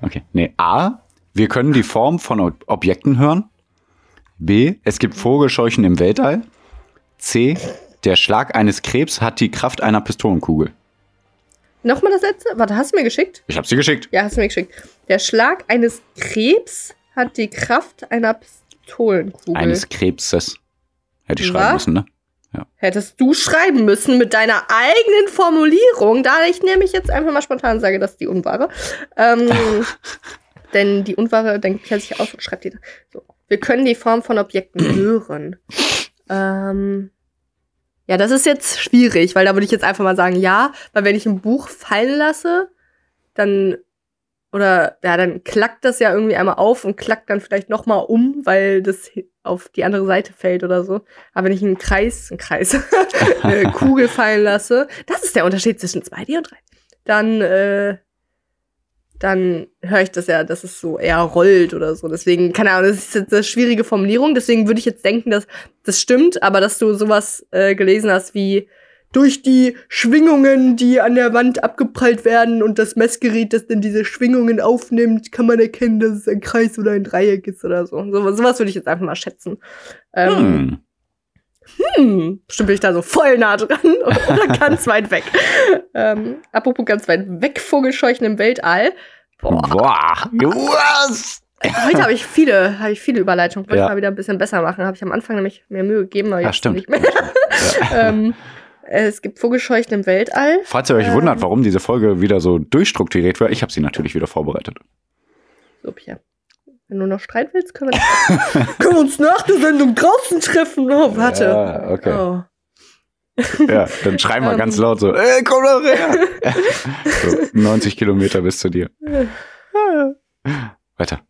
Speaker 1: Okay. Nee, A. Wir können die Form von Ob Objekten hören. B. Es gibt Vogelscheuchen im Weltall. C. Der Schlag eines Krebs hat die Kraft einer Pistolenkugel.
Speaker 2: Nochmal das letzte. Warte, hast du mir geschickt?
Speaker 1: Ich hab sie geschickt.
Speaker 2: Ja, hast du mir geschickt. Der Schlag eines Krebs hat die Kraft einer Pistolenkugel.
Speaker 1: Eines Krebses. Hätte ich schreiben
Speaker 2: Was?
Speaker 1: müssen, ne?
Speaker 2: Hättest du schreiben müssen mit deiner eigenen Formulierung, da ich nämlich jetzt einfach mal spontan sage, dass die unwahre. Ähm, denn die unwahre denkt Pierre sich aus und schreibt die. So. Wir können die Form von Objekten hören. ähm, ja, das ist jetzt schwierig, weil da würde ich jetzt einfach mal sagen, ja, weil wenn ich ein Buch fallen lasse, dann oder ja, dann klackt das ja irgendwie einmal auf und klackt dann vielleicht nochmal um, weil das hi- auf die andere Seite fällt oder so. Aber wenn ich einen Kreis, einen Kreis, eine Kugel fallen lasse, das ist der Unterschied zwischen 2D und 3D. Dann, äh, dann höre ich das ja, dass es so eher rollt oder so. Deswegen, keine Ahnung, das ist jetzt eine schwierige Formulierung. Deswegen würde ich jetzt denken, dass das stimmt, aber dass du sowas äh, gelesen hast wie durch die Schwingungen, die an der Wand abgeprallt werden und das Messgerät, das dann diese Schwingungen aufnimmt, kann man erkennen, dass es ein Kreis oder ein Dreieck ist oder so. so sowas würde ich jetzt einfach mal schätzen. Ähm,
Speaker 1: Hm.
Speaker 2: hm, bestimmt bin ich da so voll nah dran oder ganz weit weg. Ähm, apropos ganz weit weg, Vogelscheuchen im Weltall. Boah,
Speaker 1: Boah. Was?
Speaker 2: heute habe ich viele, habe ich viele Überleitungen. Wollte
Speaker 1: Ja.
Speaker 2: ich mal wieder ein bisschen besser machen. Habe ich am Anfang nämlich mehr Mühe gegeben, aber
Speaker 1: Ja,
Speaker 2: jetzt
Speaker 1: stimmt.
Speaker 2: nicht mehr. ähm, es gibt Vogelscheuchen im Weltall.
Speaker 1: Falls ihr euch
Speaker 2: Ähm.
Speaker 1: wundert, warum diese Folge wieder so durchstrukturiert war, ich habe sie natürlich wieder vorbereitet.
Speaker 2: So, Pia. Wenn du noch Streit willst, können wir, können wir uns nach der Sendung draußen treffen. Oh, warte.
Speaker 1: Ja, okay.
Speaker 2: Oh.
Speaker 1: Ja, dann schreien wir
Speaker 2: Ähm.
Speaker 1: ganz laut so, ey, komm doch her! so, 90 Kilometer bis zu dir. Weiter.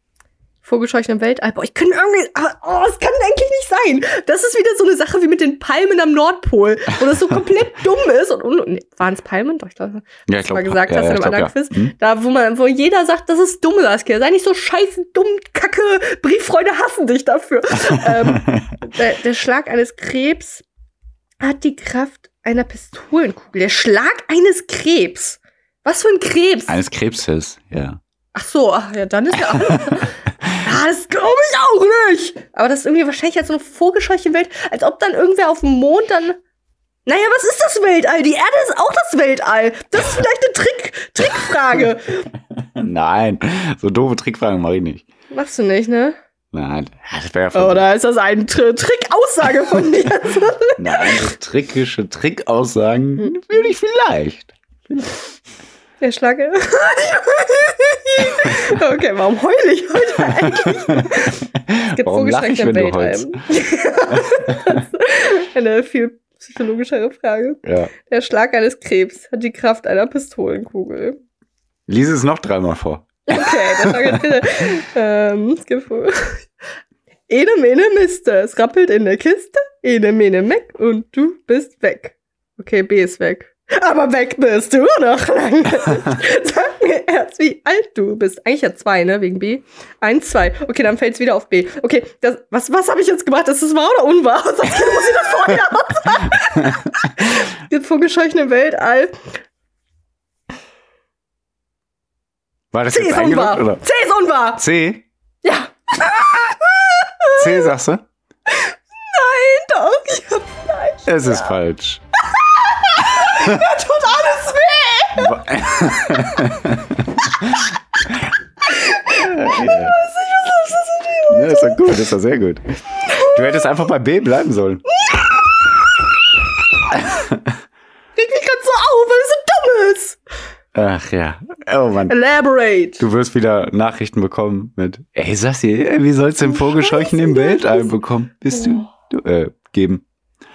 Speaker 2: Vogelscheuchen im Weltall. Boah, ich kann irgendwie. Oh, es kann eigentlich nicht sein. Das ist wieder so eine Sache wie mit den Palmen am Nordpol, wo das so komplett dumm ist. Und, un- nee, waren es Palmen? Doch, ich glaube.
Speaker 1: Ja,
Speaker 2: Hast du mal gesagt, hast du in einem anderen Quiz?
Speaker 1: Hm?
Speaker 2: Da, wo man, wo jeder sagt, das ist dumm, Saskia. Sei nicht so scheiße, dumm, kacke. Brieffreunde hassen dich dafür. ähm, der, der Schlag eines Krebs hat die Kraft einer Pistolenkugel. Der Schlag eines Krebs. Was für ein Krebs?
Speaker 1: Eines Krebses, ja.
Speaker 2: Ach so, ach, ja, dann ist ja auch. Ah, das glaube ich auch nicht. Aber das ist irgendwie wahrscheinlich als so eine vogelscheuche Welt, als ob dann irgendwer auf dem Mond dann. Naja, was ist das Weltall? Die Erde ist auch das Weltall. Das ist vielleicht eine Trick, Trickfrage.
Speaker 1: Nein, so doofe Trickfragen mache ich nicht.
Speaker 2: Machst du nicht, ne?
Speaker 1: Nein, das wäre ja voll-
Speaker 2: Oder ist das eine Tri Trick-Aussage von dir?
Speaker 1: Nein, so trickische Trickaussagen
Speaker 2: Hm.
Speaker 1: würde ich vielleicht.
Speaker 2: Der Schlage. okay, warum heul ich heute eigentlich? Es gibt
Speaker 1: Warum lach ich, wenn
Speaker 2: vorgeschreckte
Speaker 1: du
Speaker 2: Weltalben. Eine viel psychologischere Frage.
Speaker 1: Ja.
Speaker 2: Der Schlag eines Krebs hat die Kraft einer Pistolenkugel.
Speaker 1: Lies es noch dreimal vor.
Speaker 2: Okay, der Schlag eines Krebs. ähm, es gibt wohl- Ene, mene, mister, es rappelt in der Kiste. Ene, mene, meck und du bist weg. Okay, B ist weg. Aber weg bist du noch lange. nicht. Sag mir erst, wie alt du bist. Eigentlich ja zwei, ne, wegen B. Eins, zwei. Okay, dann fällt's wieder auf B. Okay, das, was, was habe ich jetzt gemacht? Ist das wahr oder unwahr? Sonst muss ich das vorher aussagen. Jetzt vorgescheuchene Weltall.
Speaker 1: War das
Speaker 2: C
Speaker 1: jetzt
Speaker 2: ist
Speaker 1: eingeloggt
Speaker 2: unwahr.
Speaker 1: oder?
Speaker 2: C ist unwahr.
Speaker 1: C? C, sagst du?
Speaker 2: Nein, doch, ich hab Fleisch.
Speaker 1: Es ist falsch.
Speaker 2: Mir tut alles weh.
Speaker 1: Wa- ja,
Speaker 2: Ich weiß nicht, was das ist. Idiot.
Speaker 1: ist doch gut, ist doch sehr gut. Du hättest einfach bei B bleiben sollen.
Speaker 2: Reg mich grad so auf, weil das so dumm ist.
Speaker 1: Ach ja. Oh Mann.
Speaker 2: Elaborate.
Speaker 1: Du wirst wieder Nachrichten bekommen mit, ey Sassi, ey, wie sollst du denn Vogelscheuchen im Weltall bekommen? Bist du, du äh, geben.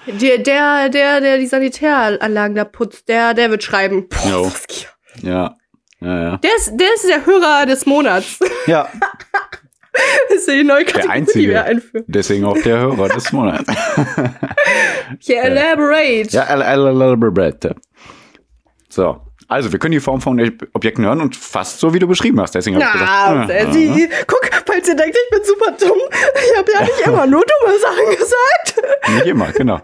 Speaker 2: Der, der, der, der die Sanitäranlagen da putzt, der, der wird schreiben. Boah,
Speaker 1: Jo.
Speaker 2: Saskia.
Speaker 1: Ja. Ja, ja.
Speaker 2: Der ist, der ist der Hörer des Monats.
Speaker 1: ja,
Speaker 2: Das ist ja die neue Kategorie, die
Speaker 1: Einzige.
Speaker 2: wir einführen.
Speaker 1: deswegen auch der Hörer des Monats.
Speaker 2: Hier, elaborate.
Speaker 1: Ja, el- el- el- elaborate. So. Also, wir können die Form von Objekten hören und fast so, wie du beschrieben hast. Deswegen habe ich
Speaker 2: Na,
Speaker 1: gesagt, äh,
Speaker 2: äh, sie, guck, falls ihr denkt, ich bin super dumm, ich habe ja nicht immer nur dumme Sachen gesagt.
Speaker 1: Nicht immer, genau.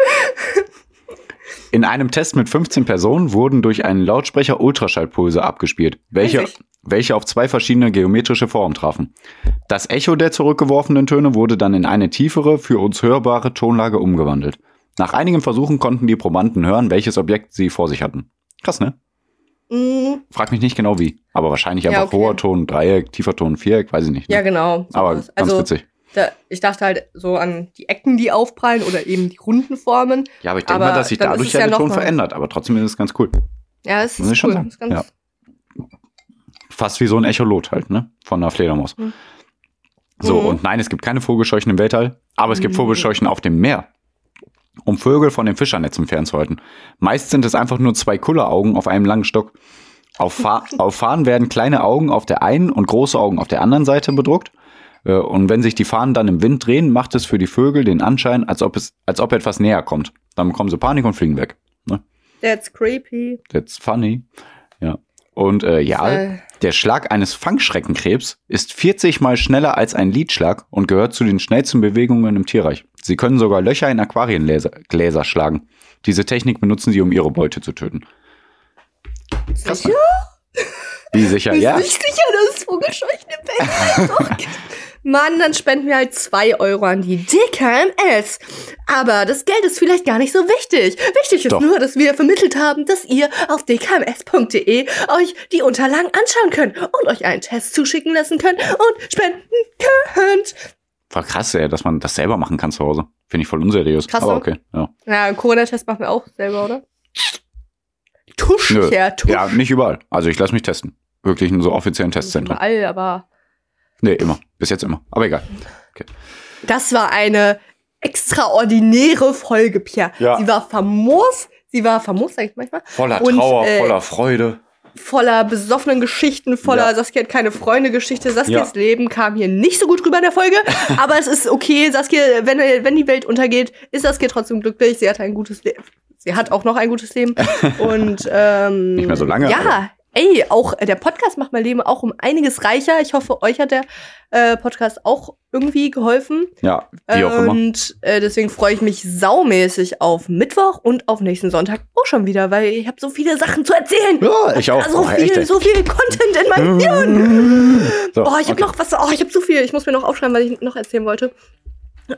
Speaker 1: In einem Test mit 15 Personen wurden durch einen Lautsprecher Ultraschallpulse abgespielt, welche,
Speaker 2: Richtig.
Speaker 1: welche auf zwei verschiedene geometrische Formen trafen. Das Echo der zurückgeworfenen Töne wurde dann in eine tiefere, für uns hörbare Tonlage umgewandelt. Nach einigen Versuchen konnten die Probanden hören, welches Objekt sie vor sich hatten. Krass, ne?
Speaker 2: Mm,
Speaker 1: Frag mich nicht genau wie, aber wahrscheinlich
Speaker 2: Ja,
Speaker 1: einfach
Speaker 2: okay.
Speaker 1: hoher Ton, Dreieck, tiefer Ton, Viereck, weiß ich nicht. Ne?
Speaker 2: ja, genau.
Speaker 1: aber ganz
Speaker 2: also,
Speaker 1: witzig.
Speaker 2: da, ich dachte halt so an die Ecken, die aufprallen oder eben die runden Formen.
Speaker 1: Ja, aber ich denke
Speaker 2: aber
Speaker 1: mal, dass sich
Speaker 2: dann ist
Speaker 1: dadurch
Speaker 2: es
Speaker 1: ja
Speaker 2: ja
Speaker 1: der Ton
Speaker 2: noch mal-
Speaker 1: verändert, aber trotzdem ist es ganz cool.
Speaker 2: Ja, das
Speaker 1: Muss
Speaker 2: ist
Speaker 1: ich schon
Speaker 2: cool.
Speaker 1: sagen,
Speaker 2: Das ist ganz,
Speaker 1: ja. fast wie so ein Echolot halt, ne? Von einer Fledermaus.
Speaker 2: Mhm.
Speaker 1: So,
Speaker 2: Mhm.
Speaker 1: und nein, es gibt keine Vogelscheuchen im Weltall, aber es gibt
Speaker 2: Mhm.
Speaker 1: Vogelscheuchen auf dem Meer, um Vögel von den Fischernetzen fernzuhalten. Meist sind es einfach nur zwei Kulleraugen auf einem langen Stock. Auf, Fa auf Fahnen werden kleine Augen auf der einen und große Augen auf der anderen Seite bedruckt. Äh, Und wenn sich die Fahnen dann im Wind drehen, macht es für die Vögel den Anschein, als ob, es, als ob etwas näher kommt. Dann bekommen sie Panik und fliegen weg. ne?
Speaker 2: That's creepy.
Speaker 1: That's funny. Ja. Und äh, ja,
Speaker 2: Äh,
Speaker 1: der Schlag eines Fangschreckenkrebs ist 40 mal schneller als ein Lidschlag und gehört zu den schnellsten Bewegungen im Tierreich. Sie können sogar Löcher in Aquariengläser Gläser schlagen. Diese Technik benutzen sie, um ihre Beute zu töten. Krass, ne?
Speaker 2: sicher?
Speaker 1: Wie sicher?
Speaker 2: Bist
Speaker 1: Ja,
Speaker 2: nicht sicher, dass es vorgescheuchte Bälle doch gibt? Mann, dann spenden wir halt 2 Euro an die DKMS. Aber das Geld ist vielleicht gar nicht so wichtig. Wichtig ist
Speaker 1: Doch.
Speaker 2: nur, dass wir vermittelt haben, dass ihr auf dkms.de E euch die Unterlagen anschauen könnt und euch einen Test zuschicken lassen könnt und spenden könnt.
Speaker 1: war krass, ey, dass man das selber machen kann zu Hause. Finde ich voll unseriös.
Speaker 2: Krass,
Speaker 1: aber
Speaker 2: ne?
Speaker 1: okay. Ja.
Speaker 2: Ja, einen Corona-Test machen wir auch selber, oder? Tusch,
Speaker 1: Nö.
Speaker 2: ja, Tusch.
Speaker 1: ja, nicht überall. Also ich lasse mich testen. Wirklich in so offiziellen Testzentren.
Speaker 2: Überall, aber
Speaker 1: Nee, immer. Bis jetzt immer. Aber egal.
Speaker 2: Das war eine extraordinäre Folge, Pierre.
Speaker 1: Ja.
Speaker 2: Sie war famos, sie war famos, sag ich manchmal,
Speaker 1: Voller
Speaker 2: Und, Trauer, äh, voller
Speaker 1: Freude.
Speaker 2: voller besoffenen Geschichten, voller
Speaker 1: Ja.
Speaker 2: Saskia hat keine Freunde-Geschichte. Saskias
Speaker 1: Ja.
Speaker 2: Leben kam hier nicht so gut rüber in der Folge, aber es ist okay. Saskia, wenn, wenn die Welt untergeht, ist Saskia trotzdem glücklich. Sie hat ein gutes Leben. Sie hat auch noch ein gutes Leben. Und ähm,
Speaker 1: Nicht mehr so lange,
Speaker 2: Ja,
Speaker 1: aber-
Speaker 2: ey, auch äh, der Podcast macht mein Leben auch um einiges reicher. Ich hoffe, euch hat der äh, Podcast auch irgendwie geholfen.
Speaker 1: Ja, wie auch immer.
Speaker 2: Und äh, deswegen freue ich mich saumäßig auf Mittwoch und auf nächsten Sonntag auch schon wieder, weil ich habe so viele Sachen zu erzählen.
Speaker 1: Ja, ich auch.
Speaker 2: So
Speaker 1: Boah,
Speaker 2: Also, viel,
Speaker 1: echt, ey.
Speaker 2: so viel Content in meinem Hirn.
Speaker 1: So,
Speaker 2: Oh, ich
Speaker 1: okay.
Speaker 2: habe noch was. Oh, ich habe so viel. Ich muss mir noch aufschreiben, was ich noch erzählen wollte.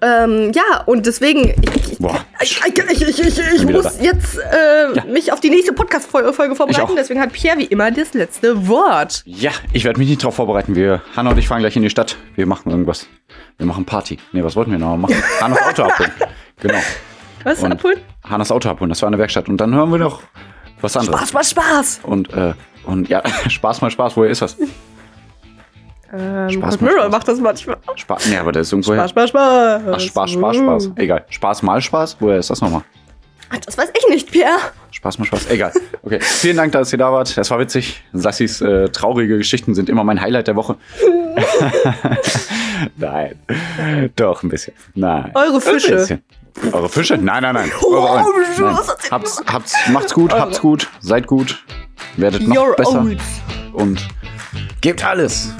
Speaker 2: Ähm, ja, und deswegen, ich,
Speaker 1: Boah.
Speaker 2: ich, ich, ich, ich, ich
Speaker 1: Bin wieder
Speaker 2: muss jetzt äh, mich auf die nächste Podcast-Folge
Speaker 1: Ich
Speaker 2: vorbereiten.
Speaker 1: auch.
Speaker 2: Deswegen hat Pierre wie immer das letzte Wort.
Speaker 1: Ja, ich werde mich nicht darauf vorbereiten. Wir, Hanna und ich fahren gleich in die Stadt. Wir machen irgendwas. Wir machen Party. Nee, was wollten wir noch machen? Hannas Auto abholen. Genau.
Speaker 2: Was,
Speaker 1: Und-
Speaker 2: Apul?
Speaker 1: Hannas Auto abholen. Das war in der Werkstatt. Und dann hören wir noch was anderes.
Speaker 2: Spaß, Spaß, Spaß.
Speaker 1: Und, äh, und ja, Spaß mal Spaß. Woher ist das?
Speaker 2: Ähm,
Speaker 1: Spaß,
Speaker 2: Spaß, Mirror
Speaker 1: Spaß.
Speaker 2: macht das manchmal.
Speaker 1: Spaß. Nee, aber das ist irgendwo
Speaker 2: Spaß,
Speaker 1: her.
Speaker 2: Spaß, Spaß.
Speaker 1: Ach, Spaß, Spaß, Spaß. Egal. Spaß mal Spaß. Woher ist das nochmal?
Speaker 2: Ach, Das weiß ich nicht, Pierre.
Speaker 1: Spaß mal Spaß. Egal. Okay. Vielen Dank, dass ihr da wart. Das war witzig. Sassis äh, traurige Geschichten sind immer mein Highlight der Woche. Nein. Doch, ein bisschen. Nein.
Speaker 2: Eure Fische.
Speaker 1: Ein bisschen. Eure Fische? Nein, nein, nein.
Speaker 2: Oh,
Speaker 1: Eure Eulen.
Speaker 2: was
Speaker 1: nein.
Speaker 2: erzählt
Speaker 1: Habt's, habt's, macht's gut, habt's gut, seid gut, werdet noch
Speaker 2: Your
Speaker 1: besser
Speaker 2: old.
Speaker 1: und gebt alles.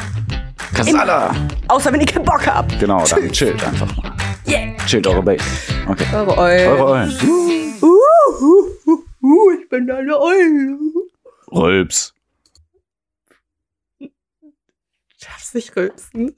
Speaker 1: Kasala.
Speaker 2: Außer wenn ihr keinen Bock habt.
Speaker 1: Genau, dann chillt einfach mal.
Speaker 2: Yeah.
Speaker 1: Chillt eure Base. Okay.
Speaker 2: Eure Eulen.
Speaker 1: Eure Eulen.
Speaker 2: Uh, uh, uh, uh, ich bin eine Eule.
Speaker 1: Rülps.
Speaker 2: Darfst nicht rülpsen.